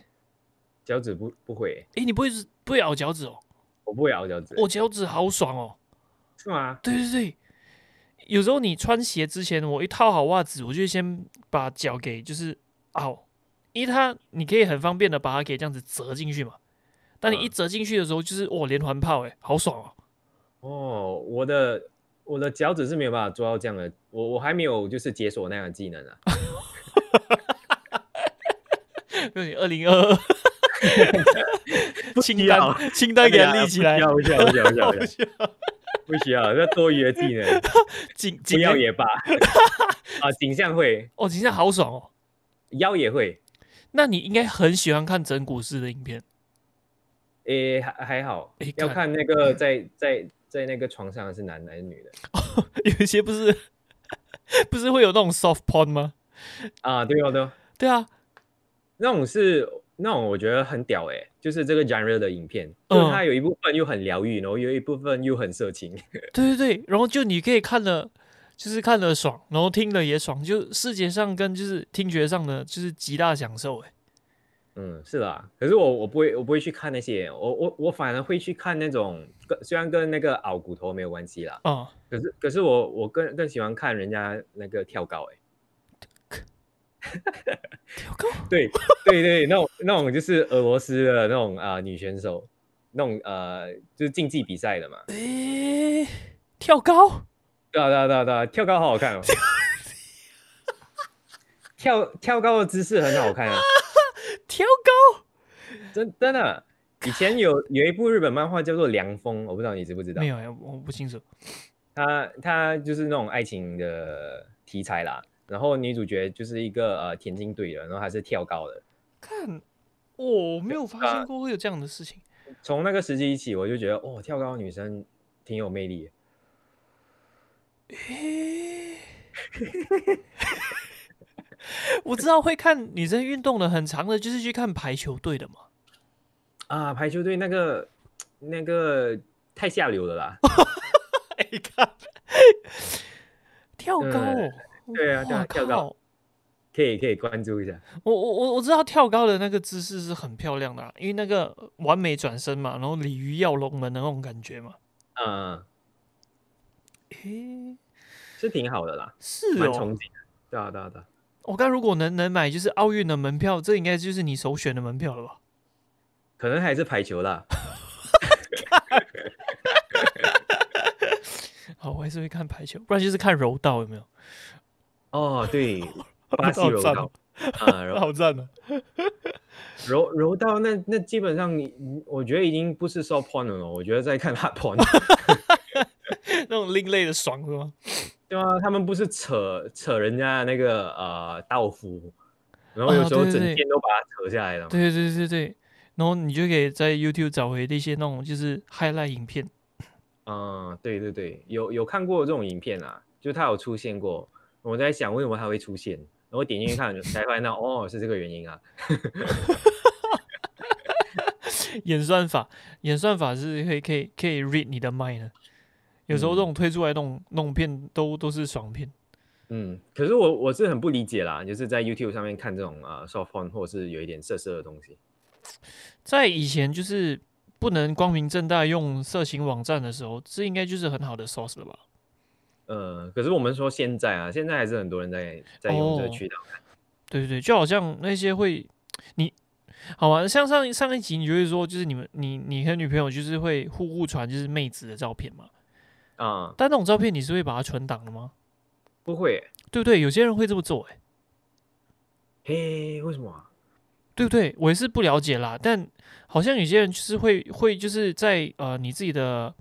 B: 脚趾不不会欸，
A: 诶，你不会是不会咬脚趾哦？
B: 我不会熬脚趾欸，
A: 我脚趾好爽哦。
B: 是吗？
A: 对对对，有时候你穿鞋之前，我一套好袜子，我就会先把脚给就是凹，因为它你可以很方便的把它给这样子折进去嘛。当你一
B: 嗯
A: 折进去的时候，就是哇连环炮哎、好爽 哦！
B: 哦，我的我的脚趾是没有办法做到这样的，我我还没有就是解锁那样的技能啊，
A: 因为你二零二二清
B: 需要
A: 单清单给它立起来，
B: 哎不需要不需要不需要
A: 好
B: 不需要
A: 笑
B: 不需要，这多余的技能
A: 颈
B: 不
A: 颈
B: 要
A: 项
B: 也罢，啊，颈项会，
A: 哦颈项好爽哦！
B: 腰也会，
A: 那你应该很喜欢看整蛊师的影片
B: 诶还还好
A: 诶，
B: 要
A: 看
B: 看那个在在在那个床上是男的还是女的。
A: 有一些不是 不是会有那种 soft porn 吗？
B: 啊，对哦，对哦，
A: 对啊，
B: 那种是那种我觉得很屌哎、就是这个 genre 的影片，就是它有一部分又很疗愈，然后有一部分又很色情。
A: 对对对，然后就你可以看了，就是看了爽，然后听了也爽，就视觉上跟就是听觉上的就是极大享受哎。
B: 嗯，是啦，可是我我不会我不会去看那些，我我我反而会去看那种跟虽然跟那个熬骨头没有关系啦，
A: 啊、
B: 可是可是我我更更喜欢看人家那个跳高哎、
A: 跳高
B: 对对对，那种那种就是俄罗斯的那种啊、呃女选手，那种呃就是竞技比赛的嘛，
A: 诶，跳高
B: 对啊对啊对啊对啊，跳高好好看哦，跳跳高的姿势很好看啊，
A: 跳高，
B: 真真的。以前有有一部日本漫画叫做《凉风》，我不知道你知不知道
A: 没，有哎，我不清楚。
B: 它它就是那种爱情的题材啦。然后女主角就是一个呃田径队的，然后她是跳高的。
A: 看，我没有发现过会有这样的事情。
B: 从那个时期起，我就觉得哦，跳高的女生挺有魅力的。
A: 诶 我知道会看女生运动的很长的，就是去看排球队的嘛。
B: 啊，排球队那个那个太下流了啦。
A: 哎、看， 跳高、哦，
B: 对啊对啊
A: 哇
B: 跳高
A: 靠
B: 可以可以关注一下。
A: 我我我我知道跳高的那个姿势是很漂亮的、啊，因为那个完美转身嘛，然后鲤鱼跃龙门的那种感觉嘛。
B: 嗯，嗯
A: 诶，
B: 是挺好的啦，
A: 是
B: 蛮憧
A: 哦。
B: 憬的。对啊对啊对啊。
A: 我刚如果能能买就是奥运的门票，这应该就是你首选的门票了吧？
B: 可能还是排球啦。
A: 好，我还是会看排球，不然就是看柔道有 没有？
B: 哦，对，巴西柔
A: 好赞
B: 道
A: 哦
B: 啊， 柔
A: 好赞啊！
B: 柔柔道那那基本上你，你我觉得已经不是 soft porn 了咯，我觉得在看 hard porn，
A: 那种另类的爽是吗？
B: 对啊，他们不是扯扯人家那个呃道服，然后有时候
A: 啊对对
B: 整
A: 对
B: 件都把它扯下来了嘛。
A: 对对对对，然后你就可以在 YouTube 找回那些那种就是 highlight 影片。
B: 嗯，对对对，有有看过这种影片啊，就它有出现过，我在想为什么它会出现，然后点进去看才发现到哦是这个原因啊，
A: 演算法，演算法是可以可以可以 read 你的 mind 的。有时候这种推出来那种那种片都都是爽片，
B: 嗯，可是我我是很不理解啦，就是在 YouTube 上面看这种呃 soft porn 或者是有一点色色的东西，
A: 在以前就是不能光明正大用色情网站的时候，这应该就是很好的 source 了吧？
B: 呃，可是我们说现在啊，现在还是很多人在在用这个
A: 哦
B: 渠道看，
A: 对对对，就好像那些会你好玩，像上上一集你就会说，就是你们你你和女朋友就是会互互传就是妹子的照片嘛，
B: 啊、
A: 但那种照片你是会把它存档的吗？
B: 不会，
A: 对不对？有些人会这么做、欸，
B: 嘿，为什么啊？
A: 对不对？我也是不了解啦，但好像有些人就是会会就是在呃你自己的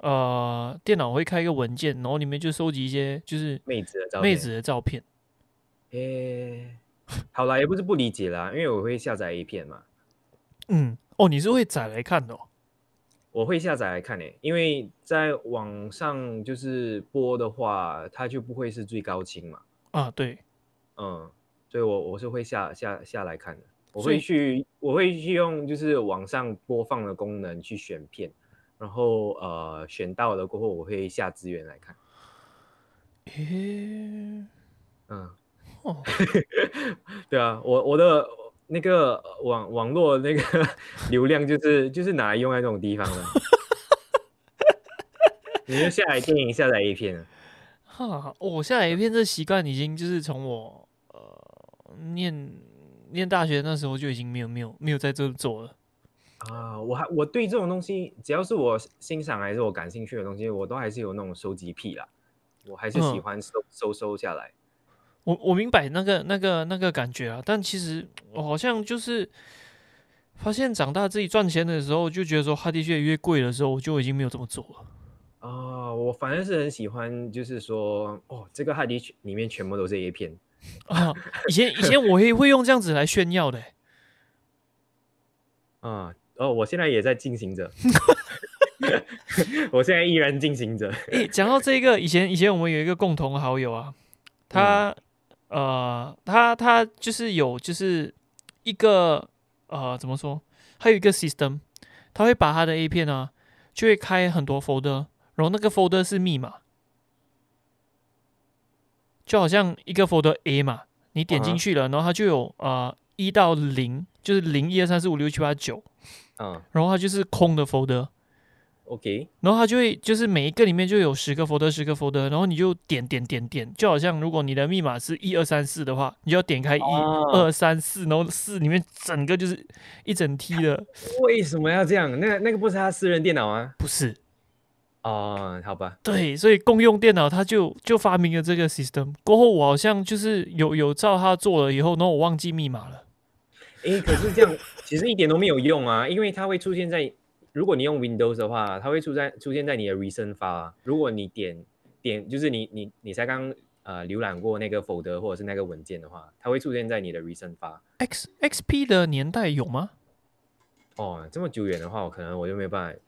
A: 呃电脑会开一个文件，然后里面就收集一些就是
B: 妹子的照片，
A: 妹子的照片。
B: 嘿，好啦，也不是不理解啦，因为我会下载 A 片嘛，
A: 嗯，哦，你是会载来看的、哦，
B: 我会下载来看诶、因为在网上就是播的话，它就不会是最高清嘛，
A: 啊，对，
B: 嗯，所以我我是会下下下来看的，我
A: 所以
B: 会去我会去用就是网上播放的功能去选片，然后呃选到了过后，我会下资源来看，
A: 诶，
B: 嗯。
A: 哦，
B: 对啊，我我的那个呃网网络那个 流量就是就是拿来用在这种地 方的。你就下载电影，下载 A 片啊？
A: 哈，哦我下载一片这习惯已经就是从我呃念念大学那时候就已经没有没有没有在这做了。
B: 啊，我还我对这种东西，只要是我欣赏还是我感兴趣的东西，我都还是有那种收集癖啦。我还是喜
A: 嗯
B: 欢收、收收下来。
A: 我我明白那个那个那个感觉啊，但其实我好像就是发现长大自己赚钱的时候，就觉得说它的确越贵的时候，我就已经没有这么做了。
B: 啊，我反而是很喜欢，就是说，哦，这个海底里面全部都是 A 片
A: 啊，以前以前我也会用这样子来炫耀的欸、
B: 啊。哦，我现在也在进行 着，我现在依然进行着。
A: 诶、讲到这个，以前以前我们有一个共同好友啊，他、呃，他他就是有就是一个呃，怎么说？还有一个 system，他会把他的 A 片啊，就会开很多 folder，然后那个 folder 是密码，就好像一个 folder A 嘛，你点
B: 啊
A: 进
B: 哈
A: 去了，然后它就有呃一到零，就是零一二三四五六七八九，
B: 嗯
A: 然后它就是空的 folder，
B: ，OK，
A: 然后它就会就是每一个里面就有十个 folder，十个 folder，然后你就点点点点，就好像如果你的密码是一二三四的话，你就要点开一
B: 哦
A: 二三四，然后四里面整个就是一整梯的，
B: 为什么要这样？那那个不是他私人电脑吗？
A: 不是
B: 哦，好吧，
A: 对，所以共用电脑它就就发明了这个 system。过后我好像就是有有照它做了以后，然后我忘记密码了。
B: 诶，可是这样其实一点都没有用啊，因为它会出现在，如果你用 Windows 的话，它会出在出现在你的 recent 发、啊。如果你点点就是你你你才刚呃浏览过那个否则或者是那个文件的话，它会出现在你的 recent 发。
A: X XP 的年代有吗？
B: 哦，这么久远的话，我可能我就没有办法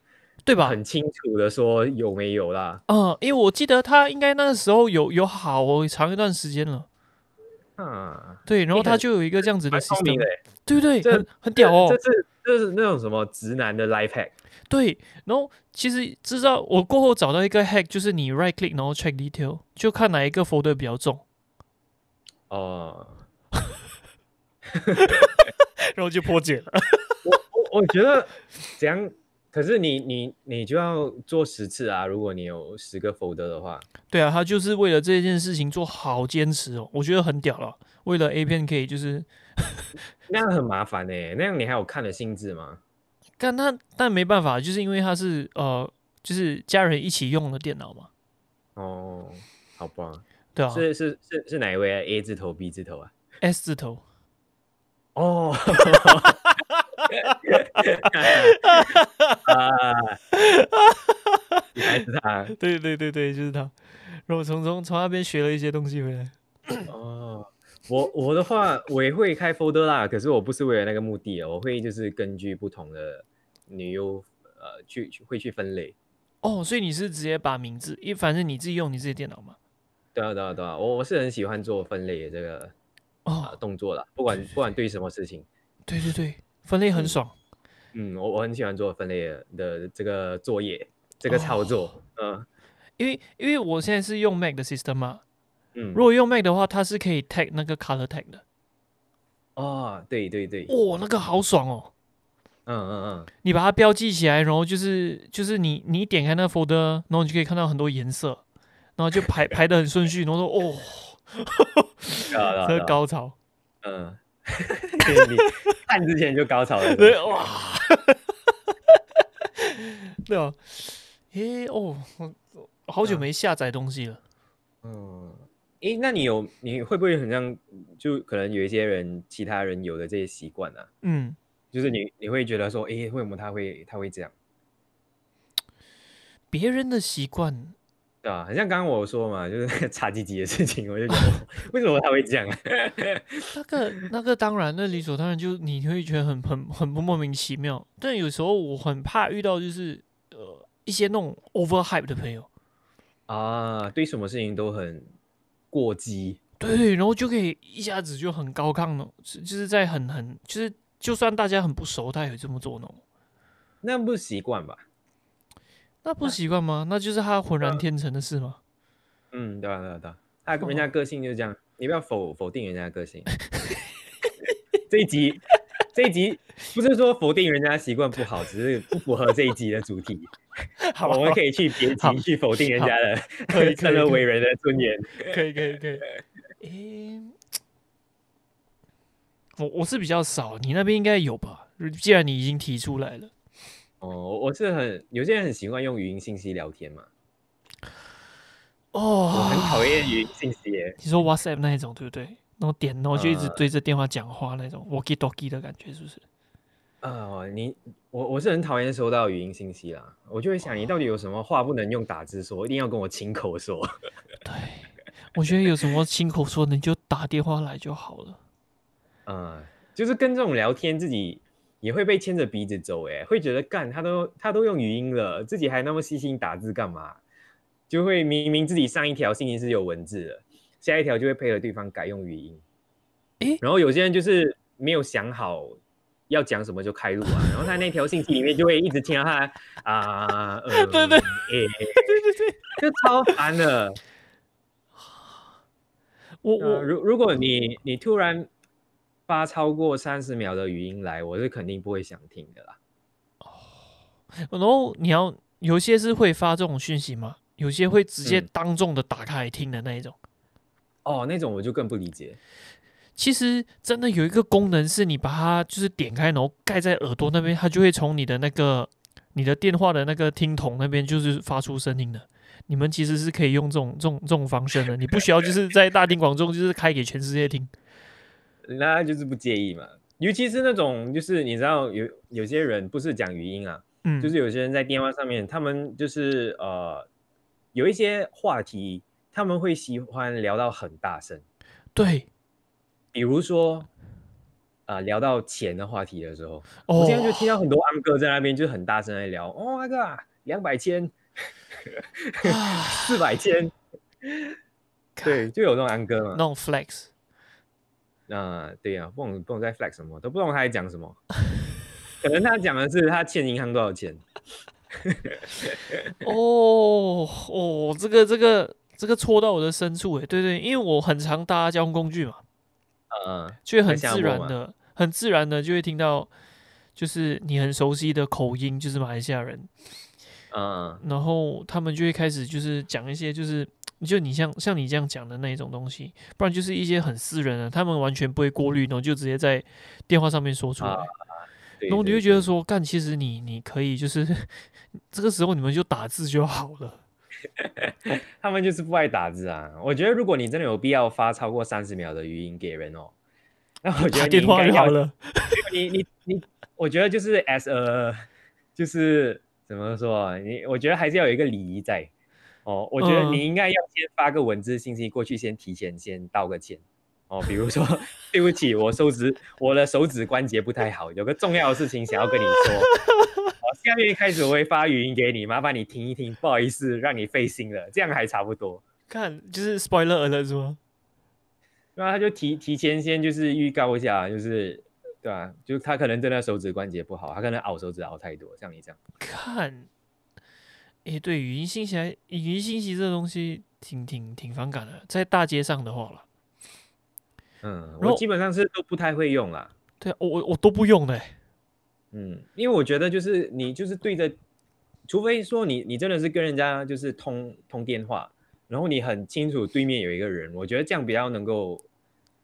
A: 对吧？
B: 很清楚的说有没有啦。
A: 嗯，因为我记得他应该那个时候有有好长一段时间了，
B: 啊，
A: 对，然后
B: 你
A: 他
B: 很
A: 就有一个这样子的
B: 蛮聪明
A: system，
B: 的欸，
A: 对对
B: 这
A: 对，很很屌哦，
B: 这是这是那种什么直男的 life hack
A: 对，然后其实知道我过后找到一个 hack，就是你 right click 然后 check detail，就看哪一个 folder 比较重，
B: 哦。
A: 然后就破解了。
B: 我我觉得怎样？可是你你你就要做十次啊！如果你有十个 folder 的话，
A: 对啊，他就是为了这件事情做好坚持哦，我觉得很屌了。为了 A 片可以就是，
B: 那样很麻烦呢、那样你还有看的兴致吗？
A: 但他但没办法，就是因为他是呃，就是家人一起用的电脑嘛，
B: 哦，好吧，
A: 对啊
B: 是是是是哪一位啊？A 字头 B 字头啊？
A: ，S 字头，
B: 哦， 啊，你还是他
A: 对对对对，就是他。然后从从从那边学了一些东西回来。
B: 哦。我我的话，我也会开 folder 啦，可是我不是为了那个目的哦，我会就是根据不同的女优呃去去会去分类。
A: 哦，所以你是直接把名字，因为反正你自己用你自己的电脑嘛。
B: 对啊，对啊，对啊，我我是很喜欢做分类的这个呃
A: 哦，
B: 动作啦，不管不管对什么事情，
A: 对对对，分类很
B: 嗯
A: 爽。
B: 嗯，我我很喜欢做分类的的这个作业，这个操作，嗯
A: 因为因为我现在是用 Mac 的 system 嘛，
B: 嗯，
A: 如果用 Mac 的话，它是可以 tag 那个 color tag 的，
B: 哦，对对对，嗯
A: 哇、那个好爽哦！
B: 嗯嗯，
A: 你把它标记起来，然后就是就是你你一点开那个 folder，然后你就可以看到很多颜色，然后就排 排的很顺序，然后说哦，这
B: 对啊对啊
A: 个
B: 对啊，
A: 高潮，
B: 嗯， 你看之前就高潮了，
A: 对哇， 对啊，诶哦，我我好久没下载东西了，
B: 嗯，诶，那你有你会不会很像，就可能有一些人其他人有的这些习惯啊，
A: 嗯，
B: 就是你你会觉得说，诶，为什么他会他会这样？
A: 别人的习惯，
B: 对啊，很像刚刚我说嘛，就是 那个擦鸡鸡的事情，我就觉得 哦为什么他会这样啊？
A: 那个那个当然，那理所当然就你会觉得很很很不莫名其妙。但有时候我很怕遇到就是呃一些那种 over hype 的朋友，
B: 啊， 对什么事情都很过激，
A: 对，然后就可以一下子就很高亢了，是就是在很很就是就算大家很不熟，他也这么做呢。
B: 那不是习惯吧？
A: 那不习惯吗？那就是他浑然天成的事吗？
B: 嗯，对啊，对啊，对啊，他人家个性就是这样，你不要否否定人家的个性。这一集，这一集不是说否定人家习惯不好，只是不符合这一集的主题。
A: 好
B: 我们可以去别
A: 好
B: 集去否定人
A: 好
B: 家的
A: 可 以可
B: 生
A: 以
B: 而
A: 可以
B: 为人的尊严。
A: 可以可以可以。诶、我我是比较少，你那边应该有吧？既然你已经提出来了。
B: 哦，我是很有些人很习惯用语音信息聊天嘛，我
A: 哦，
B: 很讨厌语音信息耶。
A: 你说 WhatsApp 那一种对不对？然后点，然后就一直
B: 呃
A: 对着电话讲话那种 walkie talkie 的感觉，是不是？
B: 啊、你我我是很讨厌收到语音信息啦，我就会想你到底有什么话不能用打字说，一定要跟我亲口说。
A: 对，我觉得有什么亲口说的，你就打电话来就好了。
B: 嗯，就是跟这种聊天，自己也会被牵着鼻子走，哎，会觉得干他都他都用语音了，自己还那么细心打字干嘛？就会明明自己上一条信息是有文字的，下一条就会配合对方改用语音。
A: 诶
B: 然后有些人就是没有想好要讲什么就开录啊，然后他那条信息里面就会一直听到他啊，呃
A: 对对
B: 哎，
A: 对对对，
B: 就超烦的。
A: 我
B: 呃，
A: 我
B: 如如果你你突然发超过三十秒的语音来，我是肯定不会想听的啦。
A: 然后你要有些是会发这种讯息吗？有些会直接
B: 嗯
A: 当众的打开来听的那一种。
B: 哦，那种我就更不理解。
A: 其实真的有一个功能是，你把它就是点开，然后盖在耳朵那边，它就会从你的那个你的电话的那个听筒那边就是发出声音的。你们其实是可以用这种这种这种方式的，你不需要就是在大庭广众就是开给全世界听。
B: 那就是不介意嘛。尤其是那种，就是你知道有有些人不是讲语音啊，
A: 嗯，
B: 就是有些人在电话上面，他们就是呃，有一些话题他们会喜欢聊到很大声，
A: 对，
B: 比如说啊、聊到钱的话题的时候，
A: 哦
B: 我现在就听到很多安哥在那边就是很大声在聊，哦那个啊，两百千、
A: 啊
B: 四百 千，对，就有那种安哥嘛
A: 那。种 flex，
B: 啊，对呀、不懂不懂在 flex 什么，都不懂他在 讲什么。可能他讲的是他欠银行多少钱，
A: 哦哦，这个这个这个戳到我的深处诶，欸对对，因为我很常搭交通工具嘛，
B: 呃，
A: 就会很
B: 在下
A: 自
B: 播
A: 然
B: 嘛
A: 的、很自然的就会听到，就是你很熟悉的口音，就是马来西亚人，
B: 嗯
A: 然后他们就会开始就是讲一些就是就你像像你这样讲的那一种东西，不然就是一些很私人的，他们完全不会过滤，然后就直接在电话上面说出来，
B: 啊对
A: 然后你
B: 对
A: 就觉得
B: 对
A: 说，干，其实你你可以就是 这个时候你们就打字就好了。
B: 他们就是不爱打字啊。我觉得如果你真的有必要发超过三十秒的语音给人哦，那我
A: 打
B: 觉得你
A: 电
B: 应
A: 话
B: 该
A: 就好
B: 要
A: 了，
B: 你你你，我觉得就是 as a 就是怎么说啊？你我觉得还是要有一个礼仪在哦。我觉得
A: 嗯
B: 你应该要先发个文字信息过去，先提前先道个歉哦。比如说， 对不起，我手指我的手指关节不太好，有个重要的事情想要跟你说。好，下面开始我会发语音给你，麻烦你听一听，不好意思，让你费心了，这样还差不多。
A: 看就是 spoiler alert 是吗？
B: 然后他就提提前先就是预告一下，就是对啊，就是他可能真的手指关节不好，他可能拗手指拗太多，像你这样。
A: 看，诶，对，语音信息还，语音信息这东西挺挺挺反感的，在大街上的话了，
B: 嗯，
A: 然后
B: 我基本上是都不太会用啦。
A: 对啊我我我都不用的欸，
B: 嗯，因为我觉得就是你就是对着，除非说你你真的是跟人家就是通通电话，然后你很清楚对面有一个人，我觉得这样比较能够，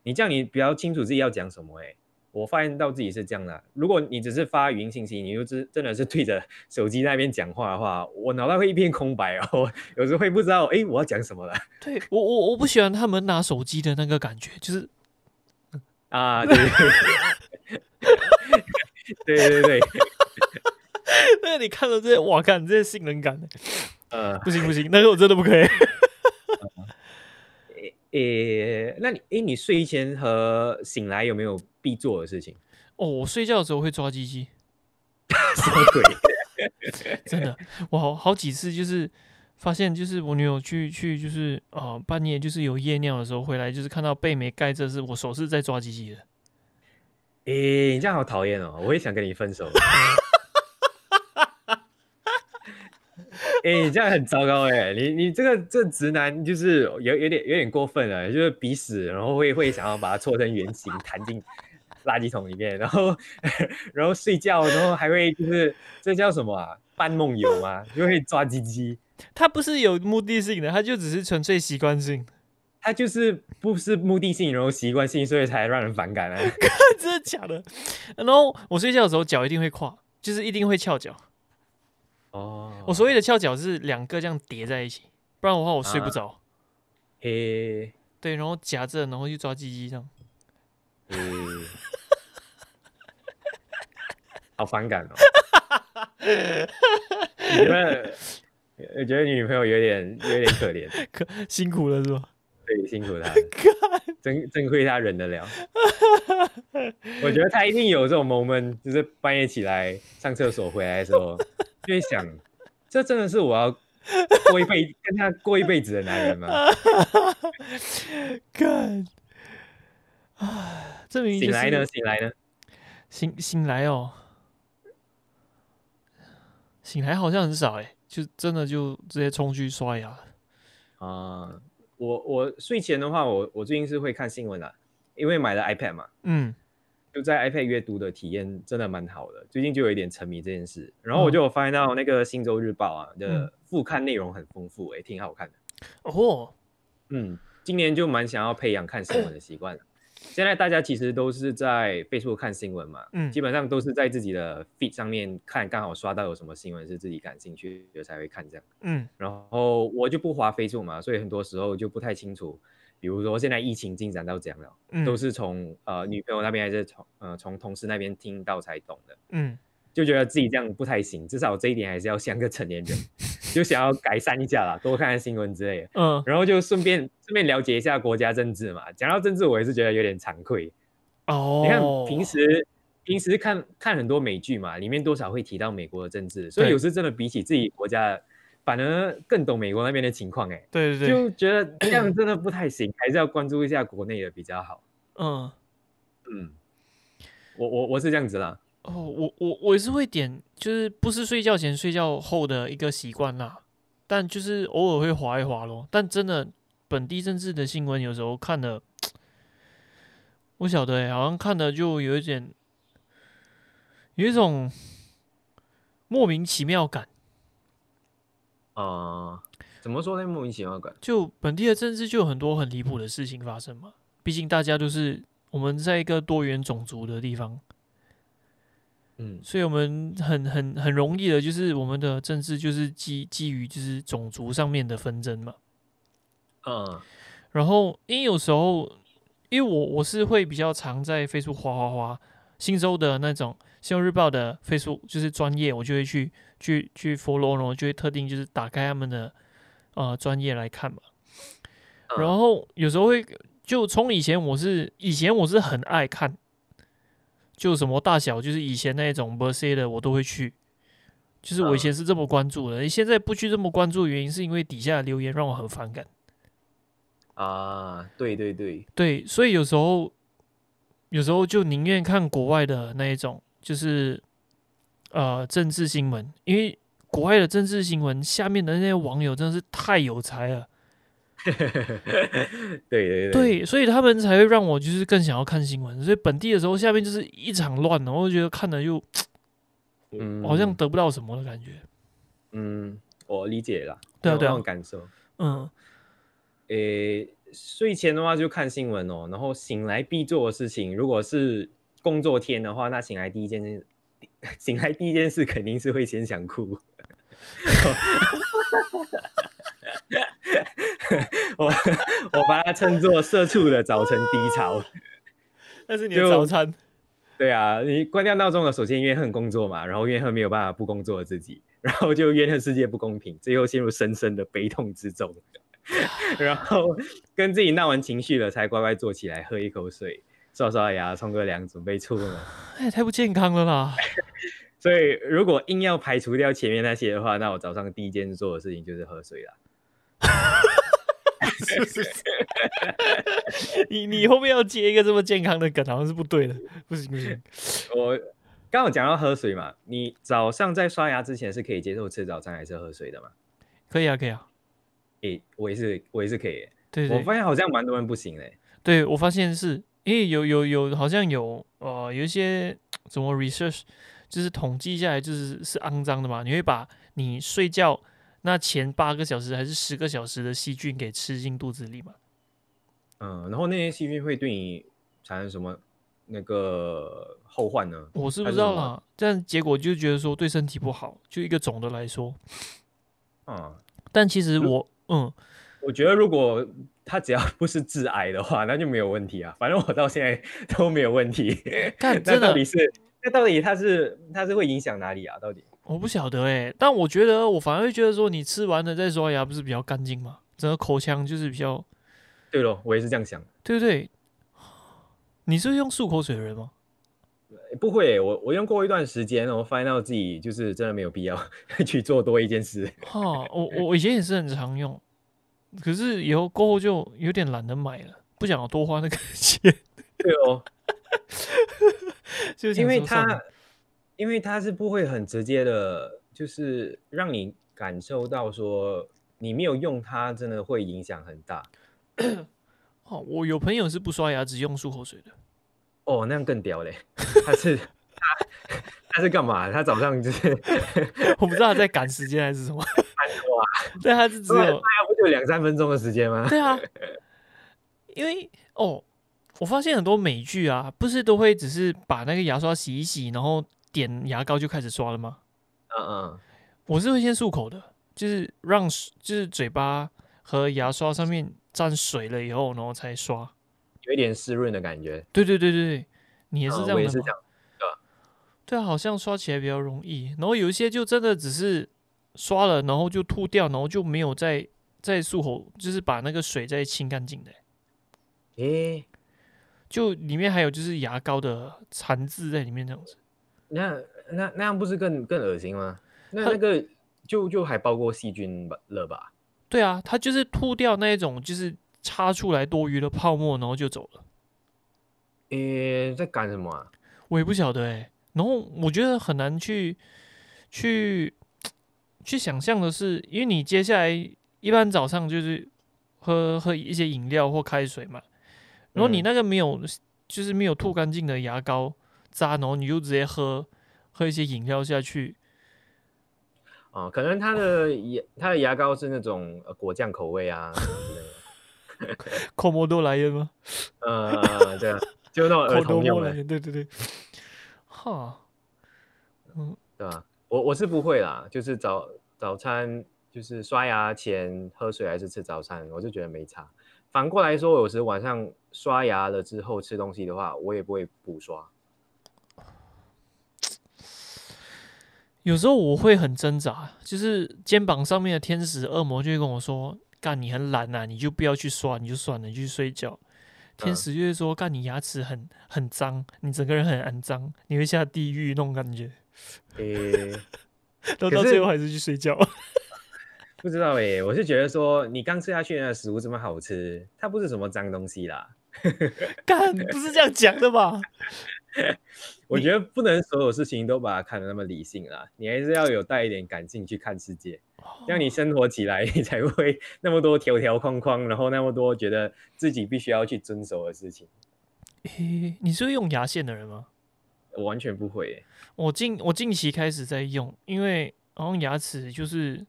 B: 你这样你比较清楚自己要讲什么、欸。哎，我发现到自己是这样啦。如果你只是发语音信息，你就真真的是对着 手机那边讲话的话，我脑袋会一片空白哦， 我有时候会不知道哎、我要讲什么了
A: 对我我我不喜欢他们拿手机的那个感觉，就是
B: 啊。对 对对对对，
A: 那你看了这些，哇，看这些性能感欸，
B: 呃。
A: 不行不行，那个我真的不可以。
B: 诶、那你诶、你睡前和醒来有没有必做的事情？
A: 哦，我睡觉的时候会抓鸡鸡，
B: 什么鬼？
A: 真的，我好好几次就是发现，就是我女友去去就是呃半夜就是有夜尿的时候回来，就是看到被没盖着，是我手是在抓鸡鸡的。
B: 诶、你这样好讨厌哦！我也想跟你分手。 诶、你这样很糟糕诶，你你这个这直男就是有有点有点过分了，就是鼻屎，然后会会想要把它搓成圆形，弹进垃圾桶里面，然后然后睡觉，然后还会就是这叫什么啊？半梦游吗？就会抓鸡鸡。
A: 他不是有目的性的，他就只是纯粹习惯性。
B: 他就是不是目的性，然后习惯性，所以才让人反感啊。
A: 真的假的？然后我睡觉的时候脚一定会跨，就是一定会翘脚。
B: 哦
A: 我所谓的翘脚是两个这样叠在一起，不然的话我睡不着。
B: 啊诶
A: 对，然后夹着，然后去抓鸡鸡这样。
B: 诶， 好反感哦。我觉得，我觉得你女朋友有点有点可怜，
A: 可辛苦了是吧？
B: 对，辛苦她 了， 真真亏她忍得了。我觉得她一定有这种 moment，就是半夜起来上厕所回来的时候，就会想，这真的是我要过一辈跟他过一辈子的男人吗？
A: 嗯干，啊，这明明
B: 醒
A: 就是
B: 来呢？醒来呢？
A: 醒醒来哦，醒来好像很少哎、就真的就直接冲去刷牙。
B: 啊，我我睡前的话，我我最近是会看新闻啦，因为买了 iPad 嘛，
A: 嗯，
B: 就在 iPad 阅读的体验真的蛮好的，最近就有一点沉迷这件事。然后我就有发现到那个《新洲日报啊》
A: 嗯
B: 的副刊内容很丰富、欸，也挺好看的。
A: 哦，
B: 嗯，今年就蛮想要培养看新闻的习 惯了。现在大家其实都是在 Facebook 看新闻嘛，
A: 嗯
B: 基本上都是在自己的 feed 上面看，刚好刷到有什么新闻是自己感兴趣的才会看这样。
A: 嗯，
B: 然后我就不滑 Facebook 嘛，所以很多时候就不太清楚，比如说现在疫情进展到怎样了，
A: 嗯
B: 都是从呃女朋友那边还是从呃从同事那边听到才懂的，
A: 嗯，
B: 就觉得自己这样不太行，至少这一点还是要像个成年人。就想要改善一下啦，多看看新闻之类的，
A: 嗯
B: 然后就顺便顺便了解一下国家政治嘛。讲到政治，我也是觉得有点惭愧。
A: 哦，
B: 你看平时平时看看很多美剧嘛，里面多少会提到美国的政治，所以
A: 对
B: 有时真的比起自己国家，反而更懂美国那边的情况哎、
A: 对对对，
B: 就觉得这样真的不太行，还是要关注一下国内的比较好。
A: 嗯。
B: 嗯，我我我是这样子啦。
A: 哦，我我我也是会点，就是不是睡觉前睡觉后的一个习惯啦，但就是偶尔会划一划咯。但真的本地政治的新闻有时候看的，我晓得、欸，好像看的就有一点，有一种莫名其妙感。
B: 啊、怎么说呢？莫名其妙感。
A: 就本地的政治就有很多很离谱的事情发生嘛，毕竟大家都是我们在一个多元种族的地方，
B: 嗯
A: 所以我们很很很容易的，就是我们的政治就是基基于就是种族上面的纷争嘛。
B: 啊
A: 然后因为有时候，因为我我是会比较常在 Facebook 哗哗哗，新州的那种《新闻日报》的 Facebook 就是专业，我就会去去去 follow，然后就会特定就是打开他们的呃专业来看嘛。
B: 啊
A: 然后有时候会就从以前我是以前我是很爱看，就什么大小就是以前那种 b e r s e 的我都会去，就是我以
B: 嗯
A: 前是这么关注的，现在不去这么关注，原因是因为底下的留言让我很反感。
B: 啊，对对对，
A: 对，所以有时候有时候就宁愿看国外的那一种，就是呃政治新闻，因为国外的政治新闻下面的那些网友真的是太有才了。
B: 对对对，
A: 对，所以他们才会让我就是更想要看新闻。所以本地的时候，下面就是一场乱，然后我就觉得看了又
B: 嗯
A: 好像得不到什么的感觉。
B: 嗯，我理解啦，
A: 对啊
B: 有
A: 对啊
B: 那种感受。
A: 嗯，
B: 诶，睡前的话就看新闻哦，然后醒来必做的事情，如果是工作天的话，那醒来第一件事，醒来第一件事肯定是会先想哭。 我 我把它称作社畜的早晨低潮。
A: 那是你
B: 的早
A: 餐。
B: 对啊，你关掉闹钟了，首先怨恨工作嘛，然后怨恨没有办法不工作的自己，然后就怨恨世界不公平，最后陷入深深的悲痛之中。 然后跟自己闹完情绪了，才乖乖坐起来喝一口水，刷刷牙，冲个凉，准备出门。
A: 哎，太不健康了啦！
B: 所以如果硬要排除掉前面那些的话，那我早上第一件做的事情就是喝水啦。
A: 是是是 你你后面要接一个这么健康的梗，好像是不对的，不行不行。
B: 我刚好讲到喝水嘛，你早上在刷牙之前是可以接受吃早餐还是喝水的嘛？
A: 可以啊，可以啊。
B: 诶，我也是，我也是可以耶。
A: 对
B: 我
A: 对
B: 发现好像蛮多人不行嘞。
A: 对，我发现是因为有有有，好像有呃有一些怎么 research，就是统计下来就是是肮脏的嘛。你会把你睡觉那前八个小时还是十个小时的细菌给吃进肚子里嘛？
B: 嗯，然后那些细菌会对你产生什么那个后患呢？
A: 我是不
B: 还
A: 知
B: 是什
A: 道
B: 么
A: 啦，但结果就觉得说对身体不好，就一个总的来说。
B: 嗯，
A: 但其实我 嗯，
B: 我觉得如果它只要不是致癌的话，那就没有问题啊。反正我到现在 都没有问题。
A: 看
B: 那
A: 真
B: 到
A: 的
B: 底是那到底它是它是会影响哪里啊？到底？
A: 我不晓得诶、但我觉得我反而会觉得说你吃完了再刷牙不是比较干净吗？整个口腔就是比较
B: 对咯，我也是这样想。
A: 对不对？你是用漱口水的人吗？
B: 诶不会，我我用过一段时间，我发现到自己就是真的没有必要 去做多一件事。
A: 哈，我我我以前也是很常用，可是以后过后就有点懒得买了，不想多花那个钱，
B: 对哦，
A: 就想
B: 因为
A: 说算
B: 它
A: 了，
B: 因为它是不会很直接的，就是让你感受到说你没有用它，真的会影响很大。
A: 哦，我有朋友是不刷牙只用漱口水的，
B: 哦，那样更屌嘞！他是他他是干嘛？他早上就是，
A: 我不知道他在赶时间还是什么， 但他是只
B: 对啊
A: 有
B: 他不就两三分钟的时间吗？
A: 对啊，因为哦，我发现很多美剧啊，不是都会只是把那个牙刷洗一洗，然后点牙膏就开始刷了吗？
B: 嗯嗯，
A: 我是会先漱口的，就是让水就是嘴巴和牙刷上面沾水了以后，然后才刷。
B: 有一点湿润的感觉。
A: 对对对对对，你也是
B: 嗯
A: 这样
B: 我也
A: 的
B: 是
A: 吗
B: 这？样。
A: 对啊，好像刷起来比较容易。然后有一些就真的只是刷了，然后就吐掉，然后就没有再再漱口，就是把那个水再清干净的。
B: 诶、
A: 就里面还有就是牙膏的残渍在里面这样子。
B: 那那那样不是更更恶心吗？那
A: 它
B: 那个就就还包括细菌吧了吧？
A: 对啊，它就是吐掉那一种就是擦出来多余的泡沫，然后就走了。
B: 诶、在干什么啊？
A: 我也不晓得哎、然后我觉得很难去去去想象的是，因为你接下来一般早上就是喝喝一些饮料或开水嘛，然后你
B: 嗯
A: 那个没有就是没有吐干净的牙膏渣，然后你就直接喝喝一些饮料下去，
B: 哦，可能它的牙它的牙膏是那种呃果酱口味啊，什么之类的
A: 口沫都来了吗？
B: 呃，对啊，就那种儿
A: 口都
B: 童
A: 摸
B: 用
A: 了，
B: 的，
A: 对对对， 哈，
B: 对吧、我我是不会啦，就是早早餐就是刷牙前喝水还是吃早餐，我就觉得没差。反过来说，我有时晚上刷牙了之后吃东西的话，我也不会补刷。
A: 有时候我会很挣扎，就是肩膀上面的天使恶魔就会跟我说：“干，你很懒啊，你就不要去刷，你就算了，你去睡觉。”天
B: 嗯
A: 使就会说：“干，你牙齿很很脏，你整个人很肮脏，你会下地狱那种感觉。
B: 诶、”
A: 到
B: 可
A: 到
B: 是
A: 最后还是去睡觉。
B: 不知道诶、我是觉得说你刚吃下去的食物这么好吃，它不是什么脏东西啦。
A: 干，不是这样讲的吧？
B: 我觉得不能所有事情都把它看得那么理性啦，你还是要有带一点感性去看世界，这
A: 哦
B: 样你生活起来，你才不会那么多条条框框，然后那么多觉得自己必须要去遵守的事情。
A: 诶，你是会用牙线的人吗？
B: 我完全不会耶、
A: 我近我近期开始在用，因为好像牙齿就是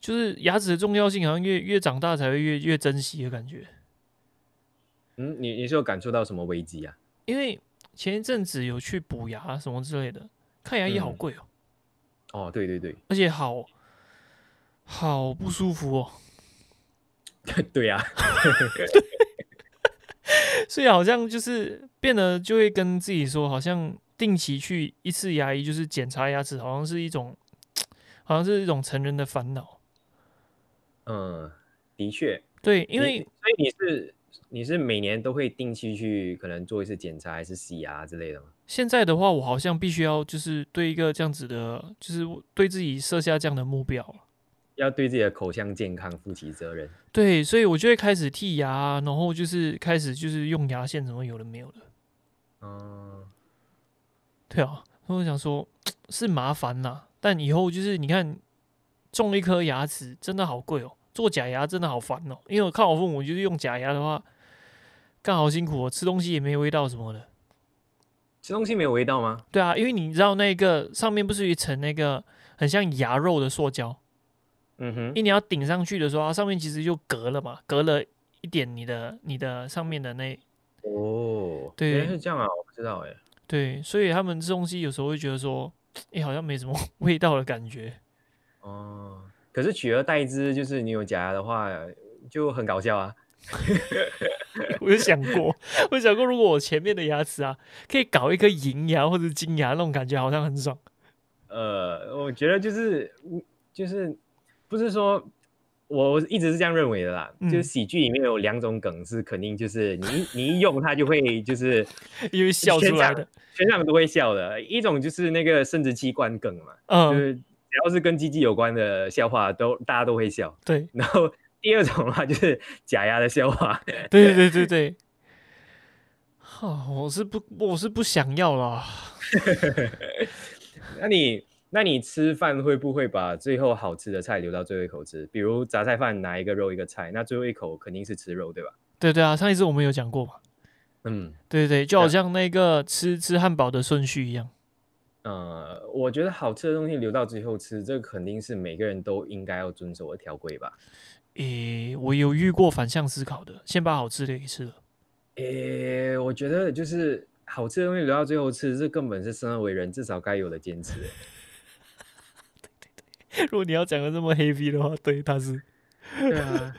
A: 就是牙齿的重要性，好像越越长大才会越越珍惜的感觉。
B: 嗯，你你是有感受到什么危机啊？
A: 因为前一阵子有去补牙什么之类的，看牙医好
B: 嗯
A: 贵哦、
B: 哦，对对 对，
A: 而且好好不舒服哦、
B: 对啊，
A: 所以好像就是变得就会跟自己说，好像定期去一次牙医就是检查牙齿，好像是一种好像是一种成人的烦恼。
B: 嗯，的确，
A: 对，因
B: 你
A: 为
B: 所以你是你是每年都会定期去可能做一次检查，还是洗牙之类的吗？
A: 现在的话，我好像必须要就是对一个这样子的，就是对自己设下这样的目标了
B: 要对自己的口腔健康负起责任。
A: 对，所以我就会开始剔牙啊，然后就是开始就是用牙线，什么有的没有的。
B: 嗯，
A: 对啊，所以我想说是麻烦啦，但以后就是你看种一颗牙齿真的好贵哦，做假牙真的好烦哦。因为我看我父母就是用假牙的话，干好辛苦哦，吃东西也没味道什么的。
B: 吃东西没有味道吗？
A: 对啊，因为你知道那个上面不是有一层那个很像牙肉的塑胶，
B: 嗯
A: 因
B: 哼，
A: 为你要顶上去的时候，它上面其实就隔了嘛，隔了一点你的你的上面的那
B: 哦，
A: 对
B: 原来是这样啊，我不知道哎、
A: 对，所以他们吃东西有时候会觉得说，哎、好像没什么 味道的感觉。
B: 哦，可是取而代之就是你有假牙的话，就很搞笑啊。
A: 我有想过，我想过，如果我前面的牙齿啊，可以搞一颗银牙或者金牙，那种感觉好像很爽。
B: 呃，我觉得就是嗯就是不是说。我我一直是这样认为的啦，
A: 嗯
B: 就是喜剧里面有两种梗是肯定就是你一你一用它就会就是
A: 因为笑出来的。
B: 全场都会笑的，一种就是那个生殖器官梗嘛，就
A: 嗯，
B: 是只要是跟鸡鸡有关的笑话都大家都会笑，
A: 对，
B: 然后第二种的话就是假牙的笑话，
A: 对对对对对。哈，我是不，我是不想要啦。
B: 那你那你吃饭会不会把最后好吃的菜留到最后一口吃？比如杂菜饭拿一个肉一个菜，那最后一口肯定是吃肉，对吧？
A: 对对啊，上一次我们有讲过嘛。
B: 嗯，
A: 对对，啊就好
B: 对
A: 像那个吃吃汉堡的顺序一样。
B: 呃，我觉得好吃的东西留到最后吃，这个肯定是每个人都应该要遵守的条规吧。
A: 诶，我有遇过反向思考的，先把好吃的给吃了。
B: 诶，我觉得就是好吃的东西留到最后吃，这根本是生而为人至少该有的坚持。
A: 如果你要讲的这么 heavy 的话，对，他是。
B: 对啊，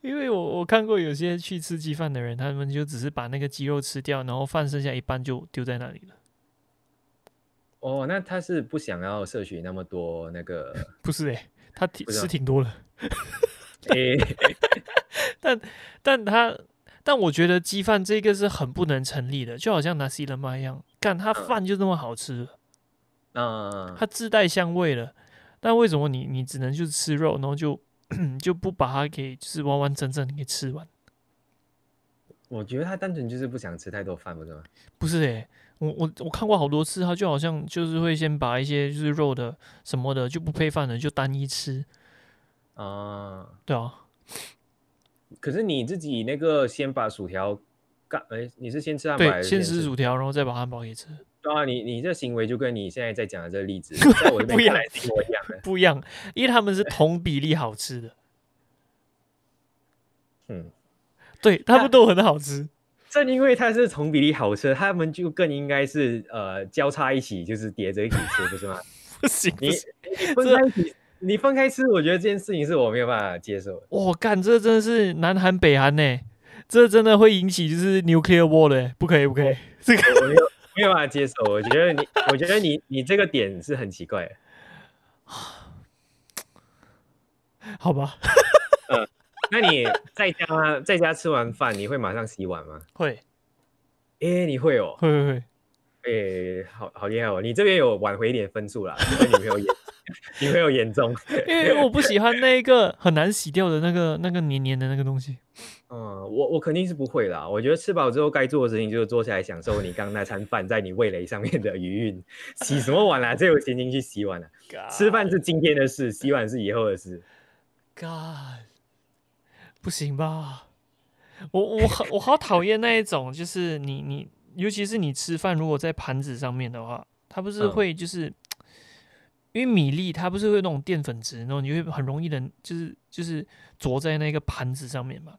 A: 因为我我看过有些去吃鸡饭的人，他们就只是把那个鸡肉吃掉，然后饭剩下一半就丢在那里了。
B: 哦，那他是不想要摄取那么多那 个，
A: 不是诶、欸他挺
B: 不知道
A: 是挺多的，
B: 诶、
A: 但他但我觉得鸡饭这个是很不能成立的，就好像拿西冷麦一样，干他
B: 嗯
A: 饭就那么好吃，
B: 啊，
A: 它自带香味了，但为什么你你只能就是吃肉，然后就就不把它给就是完完整整地给吃完？
B: 我觉得他单纯就是不想吃太多饭，不是吗？
A: 不是诶、我我我看过好多次，它就好像就是会先把一些就是肉的什么的就不配饭的就单一吃，
B: 啊，
A: 对啊，
B: 可是你自己那个先把薯条干，哎、你是先吃汉堡还
A: 对，
B: 是
A: 先吃
B: 吃
A: 薯条，然后再把汉堡给吃，
B: 对啊，你你这行为就跟你现在在讲的这个 例子，在我这边
A: 不一样
B: 看来是一模一样的。
A: 不一样，因为他们是同比例好吃的，
B: 嗯，
A: 对他们都很好吃，
B: 正因为它是同比例好吃，他们就更应该是呃交叉一起，就是叠着一起吃，不 是吗？
A: 不行不
B: 你
A: 行，
B: 你分开一起，你分开吃，我觉得这件事情是我没有办法接受的。
A: 我干，这真的是南韩北韩呢、这真的会引起就是 nuclear war 的、欸不可以不可以，这个。
B: 我没有没有办法接受。我觉得你， 我觉得你，你这个点是很奇怪的。
A: 好吧，
B: 那你在家在家吃完饭，你会马上洗碗 吗？
A: 会
B: 诶，你会哦。
A: 会会会，
B: 诶，好好厉害哦！你这边有挽回一点分数啦，你对女朋友严， 女朋友严重。
A: 因为我不喜欢那一个很难洗掉的那个那个黏黏的那个东西。
B: 嗯，我我肯定是不会啦。我觉得吃饱之后该做的事情就是坐下来享受你刚那餐饭在你味蕾上面的余韵。洗什么碗啊啦、这有闲情去洗碗啦、 吃饭是今天的事，洗碗是以后的事。
A: God，不行吧？我我好我好讨厌那一种，就是你你，尤其是你吃饭如果在盘子上面的话，它不是
B: 嗯
A: 会就是，因为米粒它不是会有那种淀粉质，然后你会很容易的，就是就是着在那个盘子上面嘛。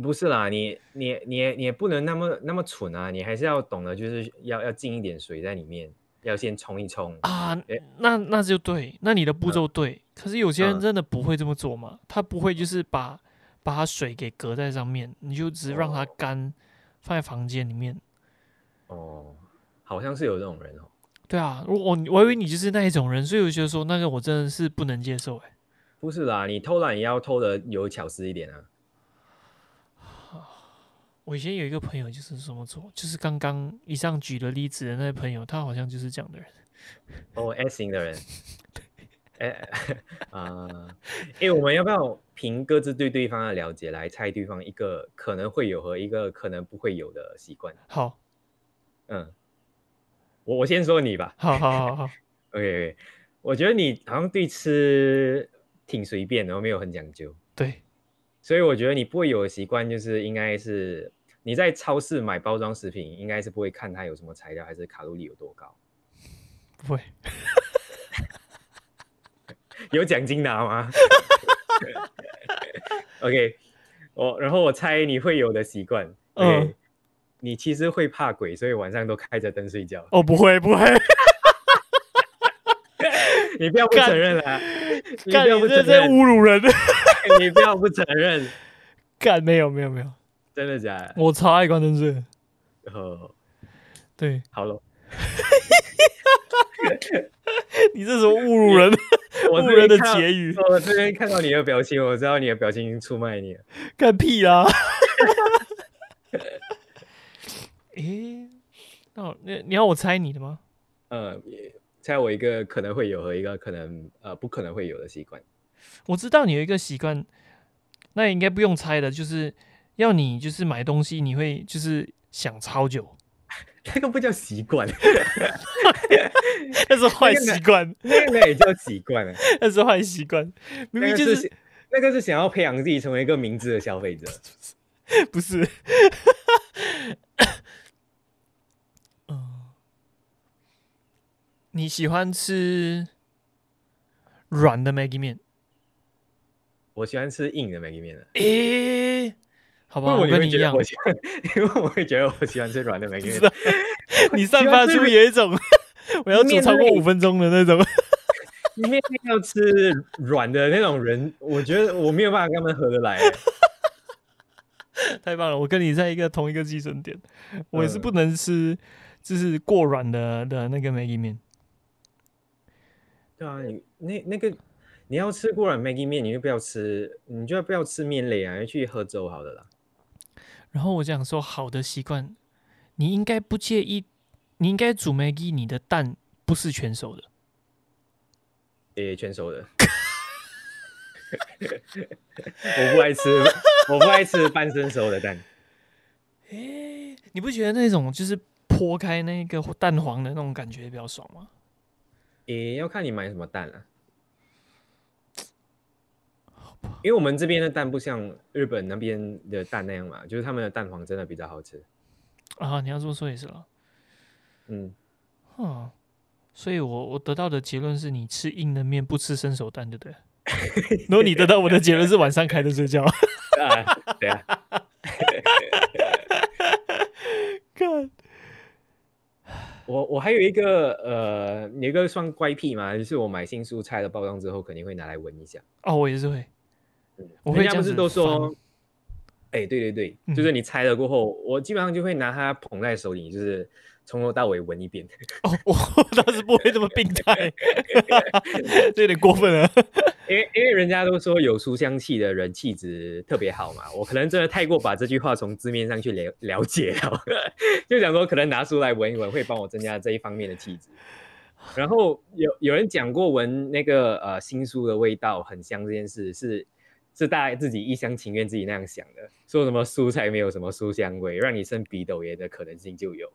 B: 不是啦，你你你也你也不能那么那么蠢啊，你还是要懂得，就是要要进一点水在里面，要先冲一冲。
A: 啊
B: 诶，
A: 那那就对，那你的步骤对。可是有些人
B: 嗯
A: 真的不会这么做嘛，他不会就是把把它水给隔在上面，你就只让它
B: 哦
A: 干，放在房间里面。
B: 哦，好像是有这种人哦。
A: 对啊，我我我以为你就是那一种人，所以我觉得说那个我真的是不能接受哎、
B: 不是啦，你偷懒也要偷的有巧思一点啊。
A: 我以前有一个朋友就是这么做，就是刚刚以上举的例子的那位朋友，他好像就是这样的人。
B: 哦，S 型的人， 哎啊，哎、我们要不要凭各自对对方的了解来猜对方一个可能会有和一个可能不会有的习惯？
A: 好，
B: 嗯，我我先说你吧。
A: 好，好，好，好，
B: OK，, o k 我觉得你好像对吃挺随便的，然后没有很讲究，
A: 对，
B: 所以我觉得你不会有的习惯就是应该是你在超市买包装食品，应该是不会看它有什么材料还是卡路里有多高，
A: 不会，
B: 有奖金拿吗 ？OK，我然后我猜你会有的习惯，
A: 嗯
B: OK，你其实会怕鬼，所以晚上都开着灯睡觉，
A: 哦，不会，不会，
B: 你不要不
A: 干
B: 承认啦，你
A: 干
B: 不要
A: 你
B: 不承
A: 这在
B: 认，
A: 侮辱人，
B: 你不要不承认，
A: 干没有，没有，没有，
B: 真的假的？
A: 我超爱关灯睡的，
B: 哦，
A: 对。
B: 好了。
A: 你这是什么侮辱人、
B: 我
A: 侮
B: 这
A: 辱人
B: 边
A: 的
B: 看到哦
A: 结语？
B: 我这边看到你的表情，我知道你的表情已经出卖你了。
A: 干屁 啊！ 诶、那我那你要我猜你的吗？
B: 呃，猜我一个可能会有和一个可能呃不可能会有的习惯。
A: 我知道你有一个习惯，那也应该不用猜的，就是要你就是买东西，你会就是想超 久，
B: 那个不叫习惯，
A: 那是坏习惯，
B: 那个也叫习惯啊。
A: 那是坏习惯，明
B: 那
A: 明
B: 个
A: 就是是
B: 想那个是想要培养自己成为一个明智的消费者。
A: 不是？ 嗯你喜欢吃软的 Maggi 面？
B: 我喜欢吃硬的 Maggi 面的，
A: 诶、好吧，
B: 为
A: 我
B: 什么
A: 跟
B: 会
A: 你一
B: 觉得
A: 样啊
B: 我，喜欢？ 因为我会觉得我喜欢吃软的 Maggi
A: 知
B: 面
A: 道。 你散发出有一种 我要煮超过五分钟的那种。
B: 里面要吃软的那种人，我觉得我没有办法跟他们合得来。欸
A: 太棒了，我跟你在一个同一个嗯基准点，我也是不能吃就是过软的的那个 Maggi 面。
B: 对啊，你那那个你要吃锅碗 Maggi 面，你就不要吃，你就不要吃面类啊，要去喝粥好了啦。
A: 然后我想说，好的习惯，你应该不介意，你应该煮 Maggi，你的蛋不是全熟的。
B: 诶、全熟的。 我不爱吃，我不爱吃半生熟的蛋。
A: 诶、你不觉得那种就是剖开那个蛋黄的那种感觉比较爽吗？
B: 也要看你买什么蛋了、因为我们这边的蛋不像日本那边的蛋那样嘛，就是他们的蛋黄真的比较好吃。
A: 啊，你要这么说也是了。
B: 嗯，
A: 嗯，所以我我得到的结论是你吃硬的面不吃生熟蛋，对 不对？然后你得到我的结论是晚上开着睡 觉。
B: 啊，对啊，
A: 看，
B: 我我还有一个呃，有一个算怪癖嘛，就是我买新蔬菜的包装之后，肯定会拿来闻一下。
A: 哦，我也是会，
B: 嗯
A: 我会
B: 人
A: 这
B: 家不
A: 样
B: 是
A: 子
B: 都
A: 翻
B: 说，哎、对对对，
A: 嗯
B: 就是你拆了过后，我基本上就会拿它捧在手里，就是从头到尾闻一遍。
A: 哦，我我倒是不会这么病 态，这有点过分了。
B: 因为因为人家都说有书香气的人气质特别好嘛，我可能真的太过把这句话从字面上去了了解了， 就想说可能拿书来闻一闻会帮我增加这一方面的气质。然后有有人讲过闻那个呃新书的味道很香这件事是是大家自己一厢情愿自己那样想的，说什么蔬菜没有什么书香味，让你生鼻窦炎的可能性就有，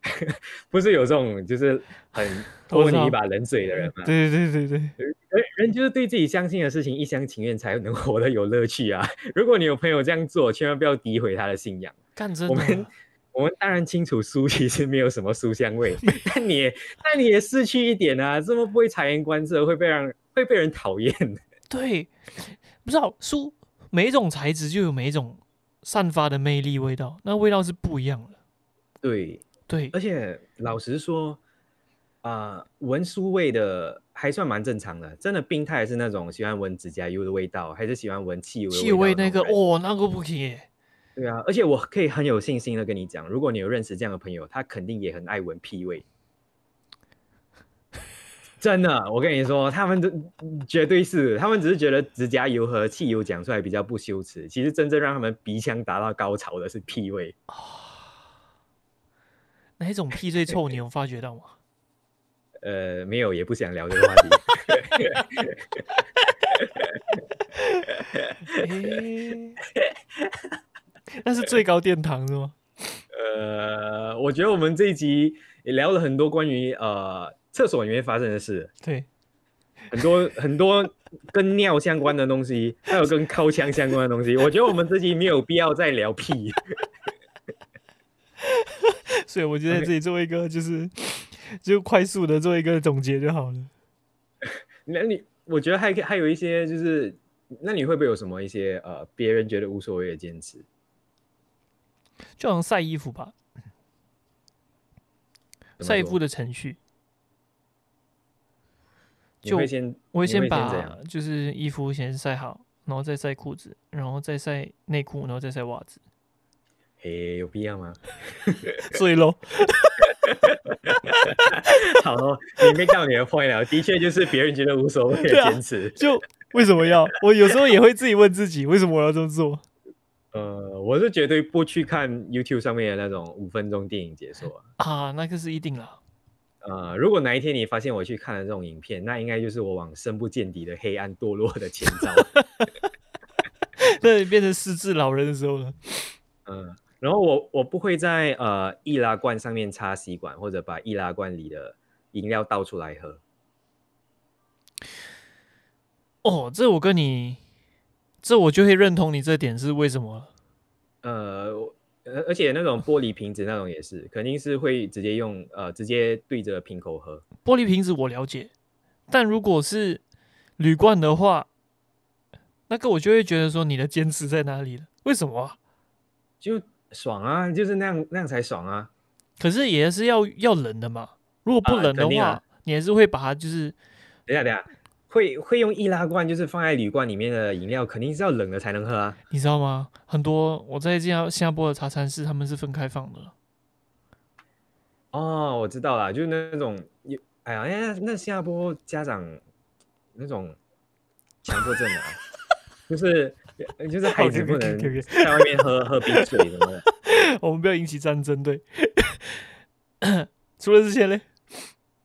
B: 不是有这种就是很
A: 我
B: 泼
A: 知道
B: 你一把冷水的人吗？
A: 对对对对对，
B: 人人就是对自己相信的事情一厢情愿才能活得有乐趣啊！ 如果你有朋友这样做，千万不要诋毁他的信仰。
A: 干真
B: 我
A: 的
B: 们，我们当然清楚书其实没有什么书香 味，但你也但你也逝去一点啊！这么不会察言观色，会被让会被人讨厌。
A: 对，不知道书每一种材质就有每一种散发的魅力味道，那味道是不一样的。
B: 对，
A: 对，
B: 而且老实说，啊、闻书味的还算蛮正常的。真的病态是那种喜欢闻指甲油的味道，还是喜欢闻汽油的
A: 气味
B: 的
A: 那个
B: 种人
A: 哦，那个不行耶。
B: 对啊，而且我可以很有信心的跟你讲，如果你有认识这样的朋友，他肯定也很爱闻屁味。 真的，我跟你说，他们都绝对是，他们只是觉得指甲油和汽油讲出来比较不羞耻，其实真正让他们鼻腔达到高潮的是屁味。
A: 哪一种屁最臭？你有发觉到吗？
B: 呃，没有，也不想聊这个话题。
A: 诶那是最高殿堂是吗？
B: 呃，我觉得我们这一集也聊了很多关于呃厕所里面发生的事，
A: 对，
B: 很多很多跟尿相关的东西，还有跟靠枪相关的东西。我觉得我们自己没有必要再聊屁。
A: 所以我就在
B: OK
A: 这里做一个，就是 就快速的做一个总结就好了。
B: 那你我觉得还可以还有一些就是，那你会不会有什么一些呃别人觉得无所谓的坚持？
A: 就好像晒衣服吧，
B: 怎么
A: 晒衣服
B: 说
A: 的程序，
B: 你会
A: 就
B: 先，
A: 我会
B: 你
A: 先
B: 先怎
A: 把
B: 样
A: 就是衣服先晒好，然后再晒裤子，然后再晒内裤，然后再晒袜子。
B: 诶，有必要吗？
A: 所以喽，
B: 好哦，你 make 到你的 point 啊了，的确就是别人觉得无所谓的
A: 对啊
B: 坚持。
A: 就为什么要？我有时候也会自己问自己，为什么我要这么做？
B: 呃，我是绝对不去看 YouTube 上面的那种五分钟电影解说啊。
A: 啊，那个是一定啦。
B: 呃，如果哪一天你发现我去看了这种影片，那应该就是我往深不见底的黑暗堕落的前兆。
A: 那你变成失智老人的时候了。
B: 嗯，然后我我不会在呃易拉罐上面插吸管，或者把易拉罐里的饮料倒出来喝。
A: 哦，这我跟你，这我就会认同你这点是为什么了。
B: 呃，我呃而且那种玻璃瓶子那种也是，肯定是会直接用呃直接对着瓶口喝。
A: 玻璃瓶子我了解，但如果是铝罐的话，那个我就会觉得说你的坚持在哪里了？为什么啊、
B: 就爽啊，就是那样那样才爽啊。
A: 可是也是要要冷的嘛，如果不
B: 啊
A: 冷的
B: 肯定
A: 话，
B: 啊
A: 你还是会把它就是
B: 等一下等一下，会会用易拉罐，就是放在铝罐里面的饮料，肯定是要冷了才能喝啊。
A: 你知道吗？很多我在这样新加坡的茶餐室他们是分开放的，
B: 哦，我知道啦，就是那种有哎呀，那那新加坡家长那种强迫症啊，就是就是孩子不能
A: OK，OK，OK，OK
B: 在外面喝喝冰水什么的。
A: 我们不要引起战争， 对。除了这些嘞，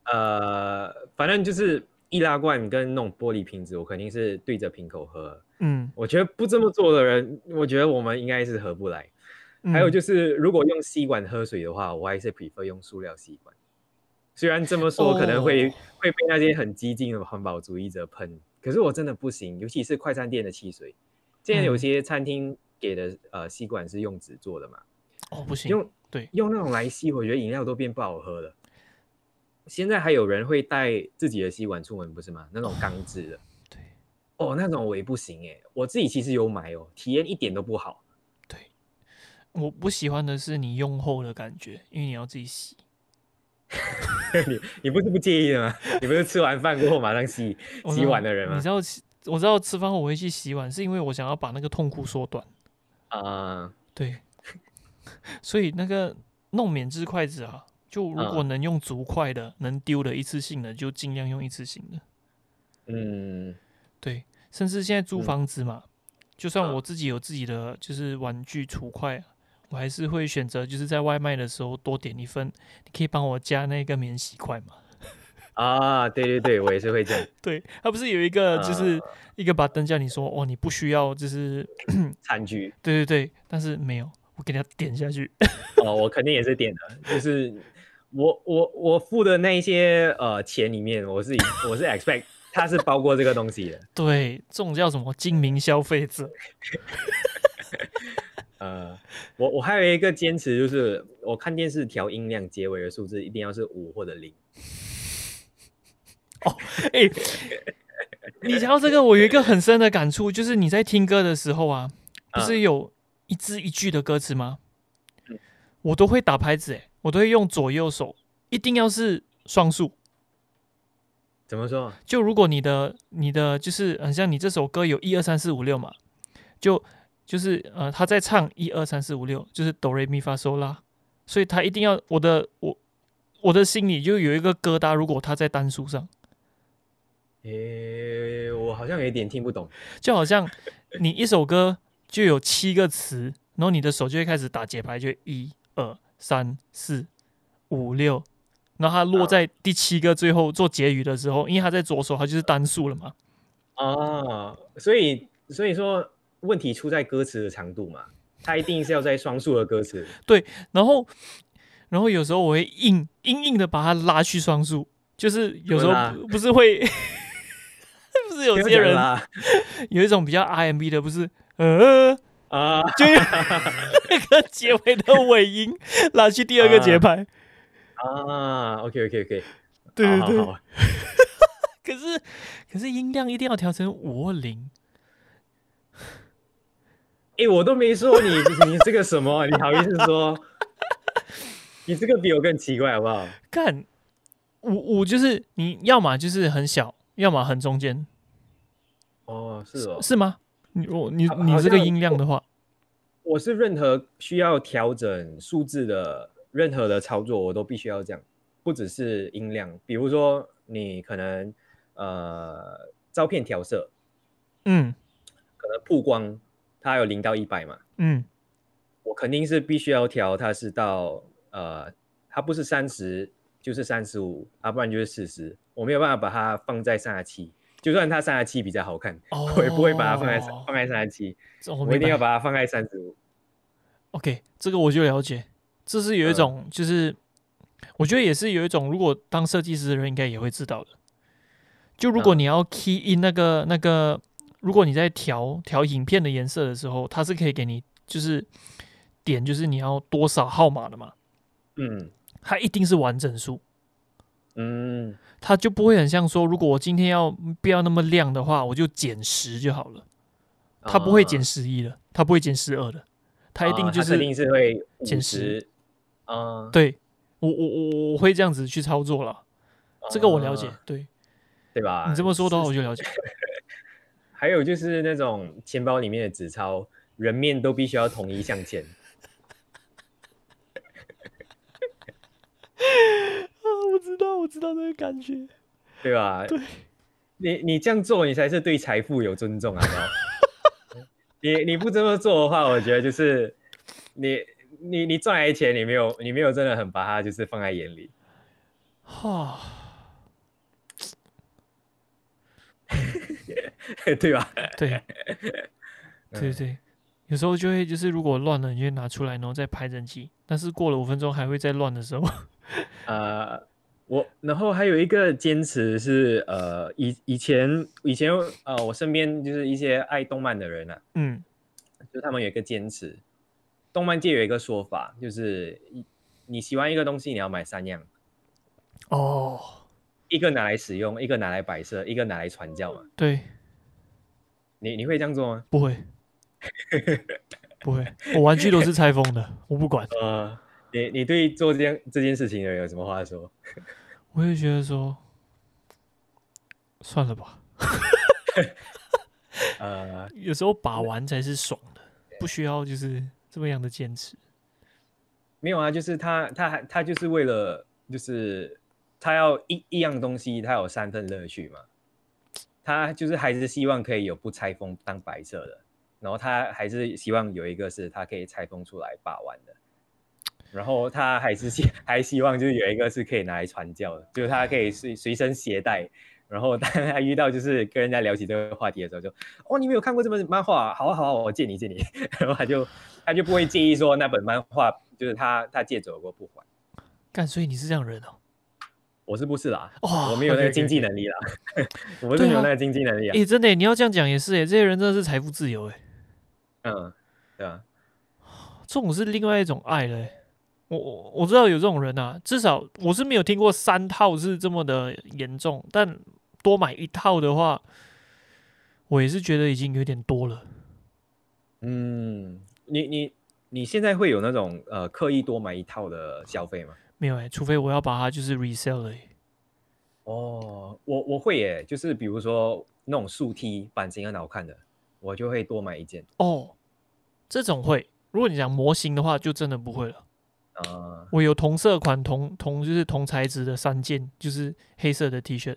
B: 呃，反正就是易拉罐跟那种玻璃瓶子，我肯定是对着瓶口喝。
A: 嗯，
B: 我觉得不这么做的人，我觉得我们应该是合不来。
A: 嗯
B: 还有就是，如果用吸管喝水的话，我还是 prefer 用塑料吸管。虽然这么说可能会、
A: 哦
B: 会被那些很激进的环保主义者喷，可是我真的不行，尤其是快餐店的汽水。现在有
A: 嗯
B: 些餐厅给的、呃吸管是用纸做的嘛，
A: 哦不行，
B: 用
A: 对
B: 用那种来吸，我觉得饮料都变不好喝了。现在还有人会带自己的吸管出门，不是吗？那种钢制的，
A: 对
B: 哦，那种我也不行哎、我自己其实有买哦，体验一点都不好。
A: 对，我不喜欢的是你用后的感觉，因为你要自己洗。
B: 你你不是不介意的吗？你不是吃完饭过后马上洗
A: 我知
B: 洗
A: 道
B: 碗的人
A: 你
B: 吗
A: 知？道洗，我知道吃饭后我会去洗碗，是因为我想要把那个痛苦缩短。
B: 啊、
A: 呃对， 所以那个弄免治筷子啊，就如
B: 嗯
A: 果能用竹筷的，能丢的一次性的，就尽量用一次性的。
B: 嗯，
A: 对，甚至现在租
B: 嗯
A: 房子嘛，就算
B: 嗯
A: 我自己有自己的就是玩具储块，我还是会选择就是在外卖的时候多点一份。你可以帮我加那个免洗筷嘛？
B: 啊，对对对，我也是会这样
A: 对，它不是有一个就是
B: 啊
A: 一个 button 叫你说哦，你不需要就是
B: 餐具
A: 对对对，但是没有，我给它点下去。
B: 哦，我肯定也是点的，就是我我我付的那一些呃钱里面，我是以我是 expect 它是包括这个东西的，
A: 对，这种叫什么精明消费者？
B: 呃，我我还有一个坚持就是，我看电视调音量，结尾的数字一定要是五或者零。
A: 哎、你讲到这个，我有一个很深的感触，就是你在听歌的时候啊，不是有一字一句的歌词吗？嗯我都会打拍子、欸，我都会用左右手，一定要是双数。
B: 怎么说？啊
A: 就如果你的你的就是很像你这首歌有一二三四五六嘛，就就是呃他在唱一二三四五六，就是哆瑞咪发嗦啦，所以他一定要我的我我的心里就有一个疙瘩，如果他在单数上。
B: 诶，我好像有一点听不懂。
A: 就好像你一首歌就有七个词，然后你的手就会开始打节拍，就一二三四五六，然后它落在第七个最后做结语的时候，因为它在左手，它就是单数了嘛。
B: 哦，所以所以说问题出在歌词的长度嘛，它一定是要在双数的歌词。
A: 然后，然后有时候我会硬硬硬的把它拉去双数，就是有时候
B: 怎么啦
A: 不不是会， 不是有
B: 不要
A: 些
B: 讲
A: 人
B: 啦
A: 有一种比较 RMB 的，不是呃，
B: 啊，
A: 就那个结尾的尾音拉去第二个节
B: 啊
A: 拍。
B: 啊，OK OK OK，
A: 对对
B: 好
A: 对
B: 好。好
A: 可是可是音量一定要调成五或零，
B: 哎、我都没说你，你这个什么？啊你好意思说？你这个比我更奇怪，好不好？
A: 干五五就是你要么就是很小，要么很中间，
B: 哦，是哦，
A: 是吗？你我你
B: 好
A: 你
B: 好
A: 这个
B: 像
A: 音量的话，
B: 我是任何需要调整数字的任何的操作，我都必须要这样，不只是音量。比如说，你可能呃照片调色，
A: 嗯
B: 可能曝光它有零到一百嘛，
A: 嗯
B: 我肯定是必须要调，它是到呃，它不是三十就是三十五，啊，不然就是四十，我没有办法把它放在三十七，就算它三十七比较好看，
A: 哦，
B: 我也不会把它放在放在三十七，
A: 这哦我
B: 我一
A: 明
B: 定
A: 白
B: 要把它放在三十五。
A: OK，这个我就了解，这是有一
B: 嗯
A: 种就是，我觉得也是有一种，如果当设计师的人应该也会知道的。就如果
B: 嗯
A: 你要 key in 那个那个，如果你在调调影片的颜色的时候，它是可以给你就是点，就是你要多少号码的嘛，
B: 嗯
A: 它一定是完整数，
B: 嗯
A: 它就不会很像说，如果我今天要不要那么亮的话，我就减十就好了，它不会减
B: 啊
A: 十一的，它不会减十二的，它一定
B: 啊
A: 就
B: 它
A: 是
B: 肯定是会
A: 减
B: 减
A: 十
B: 十啊。
A: 对我我我我会这样子去操作了，这个我了解
B: 啊，
A: 对
B: 对吧？
A: 你这么说的话，我就了解。
B: 还有就是那种钱包里面的纸钞，人面都必须要统一向前。
A: 啊，我知道，我我知道那个感觉。
B: 对吧？
A: 对，
B: 你你这样做，你才是对财富有尊重啊！好不 好你你不这么做的话，我觉得就是你你你赚来的钱，你没有你没有真的很把它就是放在眼里。
A: 哈，
B: 对吧？
A: 对，对对，有时候就会就是如果乱了，你就会拿出来，然后再排整齐。但是过了五分钟还会再乱的时 候，
B: 呃，我然后还有一个坚持是，呃，以以前以前呃，我身边就是一些爱动漫的人啊，
A: 嗯
B: 就是他们有一个坚持，动漫界有一个说法，就是一你喜欢一个东西，你要买三样，
A: 哦，
B: 一个拿来使用，一个拿来摆设，一个拿来传教嘛。
A: 对，
B: 你你会这样做吗？
A: 不 会，不会，我玩具都是拆封的，我不管。
B: 呃，你你对做这件这件事情的人有什么话说？
A: 我也觉得说，算了吧，
B: 呃，
A: 有时候把玩才是爽的，不需要就是这么样的坚持。
B: 没有啊，就是他他还他就是为了就是他要一一样东西，他有三份乐趣嘛。他就是还是希望可以有不拆封当白色的，然后他还是希望有一个是他可以拆封出来把玩的，然后他还是希 还希望就是有一个是可以拿来传教的，就是他可以随随身携带。然后当他遇到就是跟人家聊起这个话题的时候就，哦，你没有看过这本漫画啊？好啊好啊，我借你借 你。然后他就他就不会介意说那本漫画就是他他借走过不还。
A: 干，所以你是这样的人哦。
B: 我是不是啦？
A: 哦，
B: 我没有那个
A: OK，OK，OK
B: 经济能力啦，我不是
A: 对
B: 没有
A: 啊
B: 那个经济能力啊
A: 诶、。真的耶，你要这样讲也是诶，这些人真的是财富自由诶，
B: 嗯，对啊，
A: 这种是另外一种爱了耶。我我我知道有这种人啊，至少我是没有听过三套是这么的严重，但多买一套的话，我也是觉得已经有点多了。
B: 嗯，你你你现在会有那种呃刻意多买一套的消费吗？
A: 没有诶，除非我要把它就是 resell 了耶。
B: 哦，我我会耶，就是比如说那种竖梯版型很好看的，我就会多买一件
A: 哦，这种会。如果你讲模型的话，就真的不会了。
B: 啊、
A: 我有同色款同同就是同材质的三件，就是黑色的 T 恤，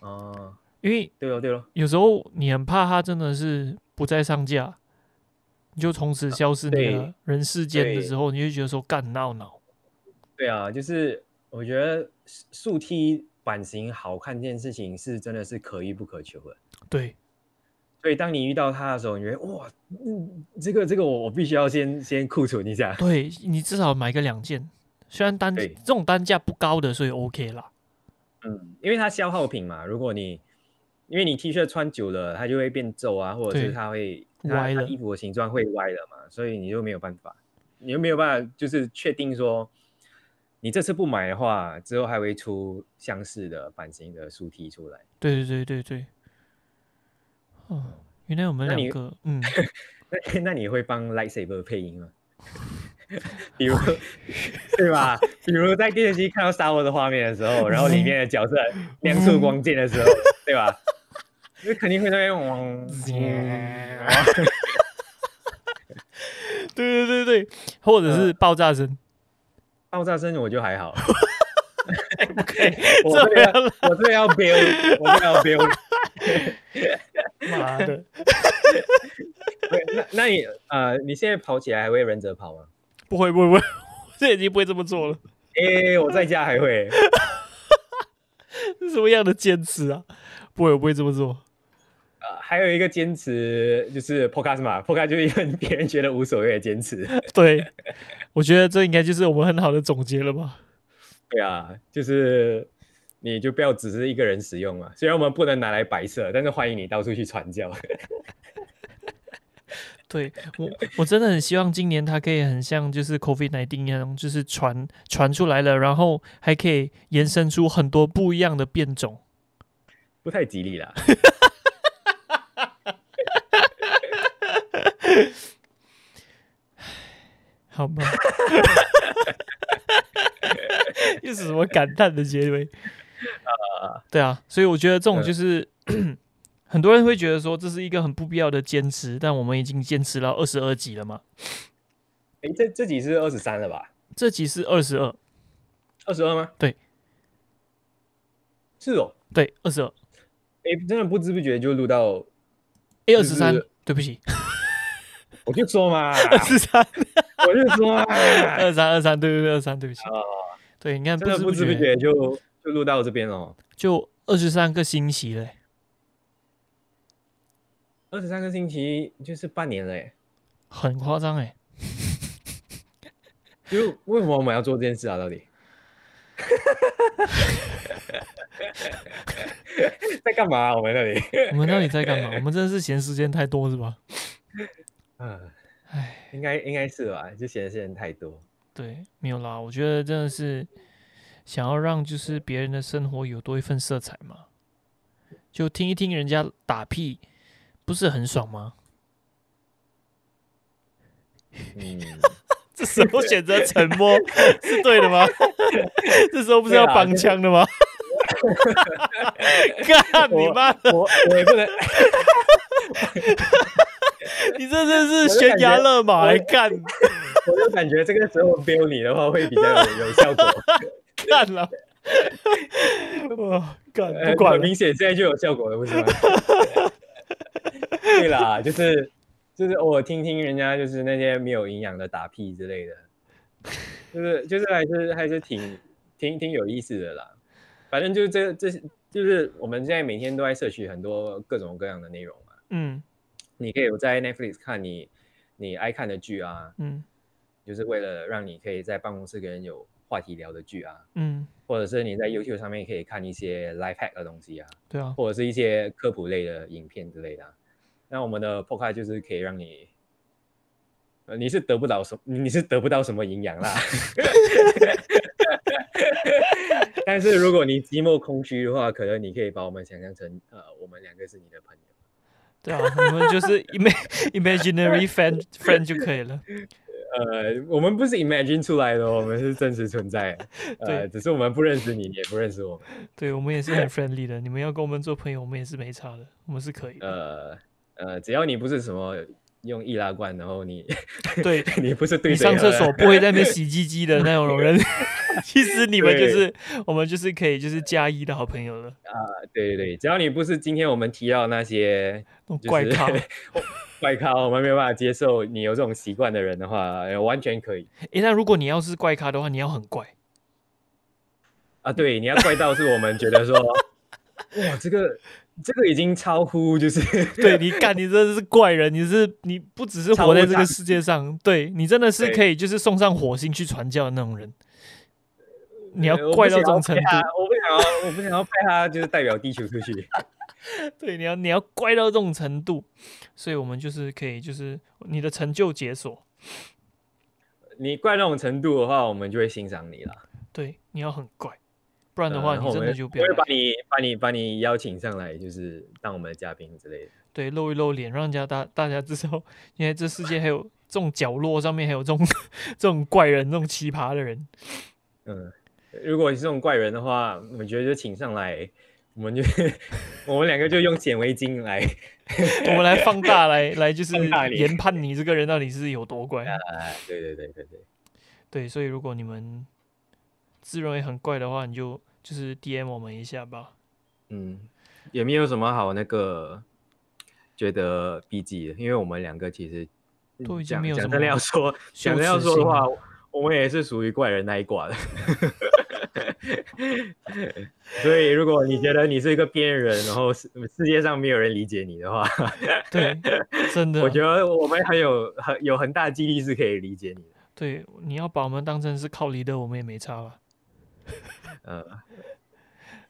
B: 啊、
A: 因为
B: 对了对了，
A: 有时候你很怕它真的是不再上架，你就从此消失那个
B: 啊对
A: 人世间的
B: 对
A: 时候，你就觉得说干闹闹。
B: 对啊，就是我觉得竖竖梯版型好看这件事情是真的是可遇不可求的。
A: 对
B: 所以当你遇到它的时候，你觉得哇，嗯，这个这个我我必须要先先库存一下。
A: 对，你至少买个两件，虽然单
B: 对
A: 这种单价不高的，所以 OK 啦。
B: 嗯，因为它消耗品嘛，如果你因为你 T 恤穿久了，它就会变皱啊，或者
A: 对
B: 是它会它
A: 歪
B: 它
A: 了
B: 衣服的形状会歪了嘛，所以你就没有办法，你就没有办法就是确定说，你这次不买的话，之后还会出相似的版型的书 T 出来。
A: 对对对对对。嗯，原来我们
B: 那
A: 两
B: 你
A: 个， 嗯，
B: 那 那你会帮 lightsaber 配音吗？ 比如，对吧？比如在电视机看到 Star Wars 的画面的时候，然后里面的角色亮出光剑的时候，对吧？ 那肯定会在那边嗡。
A: 对对对对，或者
B: 呃
A: 是爆炸声，
B: 爆炸声我就还好，我
A: 这
B: 这
A: 不
B: 个
A: 要
B: 要 我这个要 build，我这个要 build。
A: 妈 的，
B: 对那那你呃，你现在跑起来还会忍者跑吗？
A: 不会不会不会， 这已经不会这么做了，
B: 诶，我在家还会。
A: 这是什么样的坚持啊？不会，我不会这么做。
B: 呃，还有一个坚持就是 podcast 嘛，podcast 就是因为别人觉得无所谓的坚持。
A: 对，我觉得这应该就是我们很好的总结了吧？
B: 对啊，就是你就不要只是一个人使用嘛。虽然我们不能拿来摆设，但是欢迎你到处去传教。
A: 对我，我真的很希望今年它可以很像就是 COVID 19一样，就是传传出来了，然后还可以延伸出很多不一样的变种。
B: 不太吉利啦。
A: 好 吧，又是什么感叹的结尾？对啊，所以我觉得这种就是、 很多人会觉得说这是一个很不必要的坚持，但我们已经坚持到二十二集了嘛，
B: 诶，这这集是二十三了吧？
A: 这集是二十二，
B: 二十二吗？
A: 对。
B: 是哦，
A: 对，二十二
B: 哎，真的不知不觉就录到，
A: A 二
B: 就
A: 十三
B: 是，
A: 对不 起，
B: 我就说 嘛，
A: 二十三，
B: 我就说嘛，
A: 二三二三，对对对，二三，对不起。对，你看，
B: 啊真的
A: 知
B: 不知不
A: 不
B: 觉就就录到这边哦，
A: 就二十三个星期嘞，
B: 二十三个星期就是半年了耶，
A: 很夸张 哎。
B: 就为什么我们要做这件事啊？到底 在干嘛啊、我们那里，
A: 我们到底在干嘛？我们真的是嫌时间太多是吧？
B: 嗯，
A: 哎，
B: 应该应该是吧，就嫌嫌人太多。
A: 对，没有啦。我觉得真的是想要让就是别人的生活有多一份色彩嘛，就听一听人家打屁，不是很爽吗？
B: 嗯，
A: 这时候选择沉 默是对的吗？这时候不是
B: 对
A: 要
B: 啦
A: 帮
B: 就是
A: 腔的吗？
B: 啊
A: 干你
B: 我
A: 妈的！
B: 我我也不能，
A: 你这真是
B: 就
A: 悬
B: 感
A: 崖
B: 觉
A: 勒马
B: 我
A: 来干
B: 我就感觉这个时候 b 你的话会比较有有效果。
A: 干了！哇，干
B: 呃
A: 不管
B: 很
A: 了，
B: 明显现在就有效果了，不是吗？对啦，就是就是偶尔听听人家就是那些没有营养的打屁之类的，就是就是还是还是挺挺挺有意思的啦。反正就是这这就是我们现在每天都在摄取很多各种各样的内容嘛。
A: 嗯
B: 你可以有在 Netflix 看你你爱看的剧啊，
A: 嗯
B: 就是为了让你可以在办公室跟人有话题聊的剧啊，
A: 嗯，
B: 或者是你在 YouTube 上面可以看一些 life hack 的东西啊。
A: 对啊，
B: 或者是一些科普类的影片之类的啊、那我们的 podcast 就是可以让你，呃，你是得不到什你是得不到什么营养啦。 但是如果你寂寞空虚的话，可能你可以把我们想象成，呃，我们两个是你的朋友。
A: 对啊，我们就是 ima- imaginary friend friend 就可以了。
B: 呃，我们不是 imagine 出来的哦，我们是真实存在的。呃，
A: 对
B: 只是我们不认识你，你也不认识我们。
A: 对我们也是很 friendly 的，你们要跟我们做朋友，我们也是没差的，我们是可以的。
B: 呃呃，只要你不是什么用易拉罐，然后你
A: 对
B: 你不是对
A: 你
B: 谁
A: 上厕
B: 喝
A: 所不会在那边洗鸡鸡的那种 人，其实你们就
B: 对
A: 是我们就是可以就是加一的好朋友了，
B: 对对对，只要你不是今天我们提到那些
A: 那种
B: 就是
A: 怪咖。
B: 怪咖， 我们没有办法接受你有这种习惯的人的话，呃完全可以
A: 诶，那如果你要是怪咖的话，你要很怪。
B: 啊。对，你要怪到是我们觉得说， 哇，这个这个已经超乎就是
A: 对你干，你真的是怪人，你是你不只是
B: 超
A: 活在
B: 乎
A: 这个
B: 常
A: 世界上，对你真的是
B: 对
A: 可以就是送上火星去传教的那种人。你要
B: 呃我不
A: 怪到这
B: 想
A: 种
B: 要
A: 程
B: 派他
A: 度，
B: 我不想要，我不想要派他就是代表地球出去。
A: 对，你要你要怪到这种程度，所以我们就是可以就是你的成就解锁，
B: 你怪那种程度的话，我们就会欣赏你了。
A: 对，你要很怪，不然的
B: 呃
A: 话
B: 然
A: 你
B: 后我
A: 真的
B: 们
A: 就不
B: 我
A: 要
B: 会把
A: 来
B: 你把你把你邀请上来，就是当我们的嘉宾之类的。
A: 对露一露脸，让人家大大家知道，因为这世界还有这种角落上面还有这种这种怪人、这种奇葩的人，
B: 嗯，如果你是这种怪人的话，我觉得就请上来，我们就 我们两个就用显微镜来，
A: 我们来放大来来就是
B: 放大你
A: 研判你这个人到底是有多怪。
B: 哎，对对对对对，
A: 对，所以如果你们自认为很怪的话，你就就是 DM 我们一下吧。
B: 嗯，也没有什么好那个觉得避忌的，因为我们两个其实
A: 都已经
B: 讲
A: 没有什
B: 讲
A: 么
B: 真的要说，
A: 羞
B: 讲真的要
A: 耻
B: 说的
A: 心
B: 话，我们也是属于怪人那一挂的。 所以，如果你觉得你是一个边缘人，然后世世界上没有人理解你的话，
A: 对，啊真的，
B: 我觉得我们很有很有很大几率是可以理解你的。
A: 对，你要把我们当成是靠离的，我们也没差吧，
B: 呃，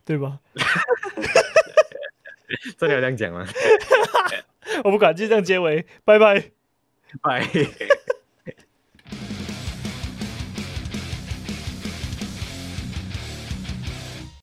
A: 对吧？
B: 真的要这样讲吗？
A: 我不管，就这样结尾，拜拜。
B: 拜。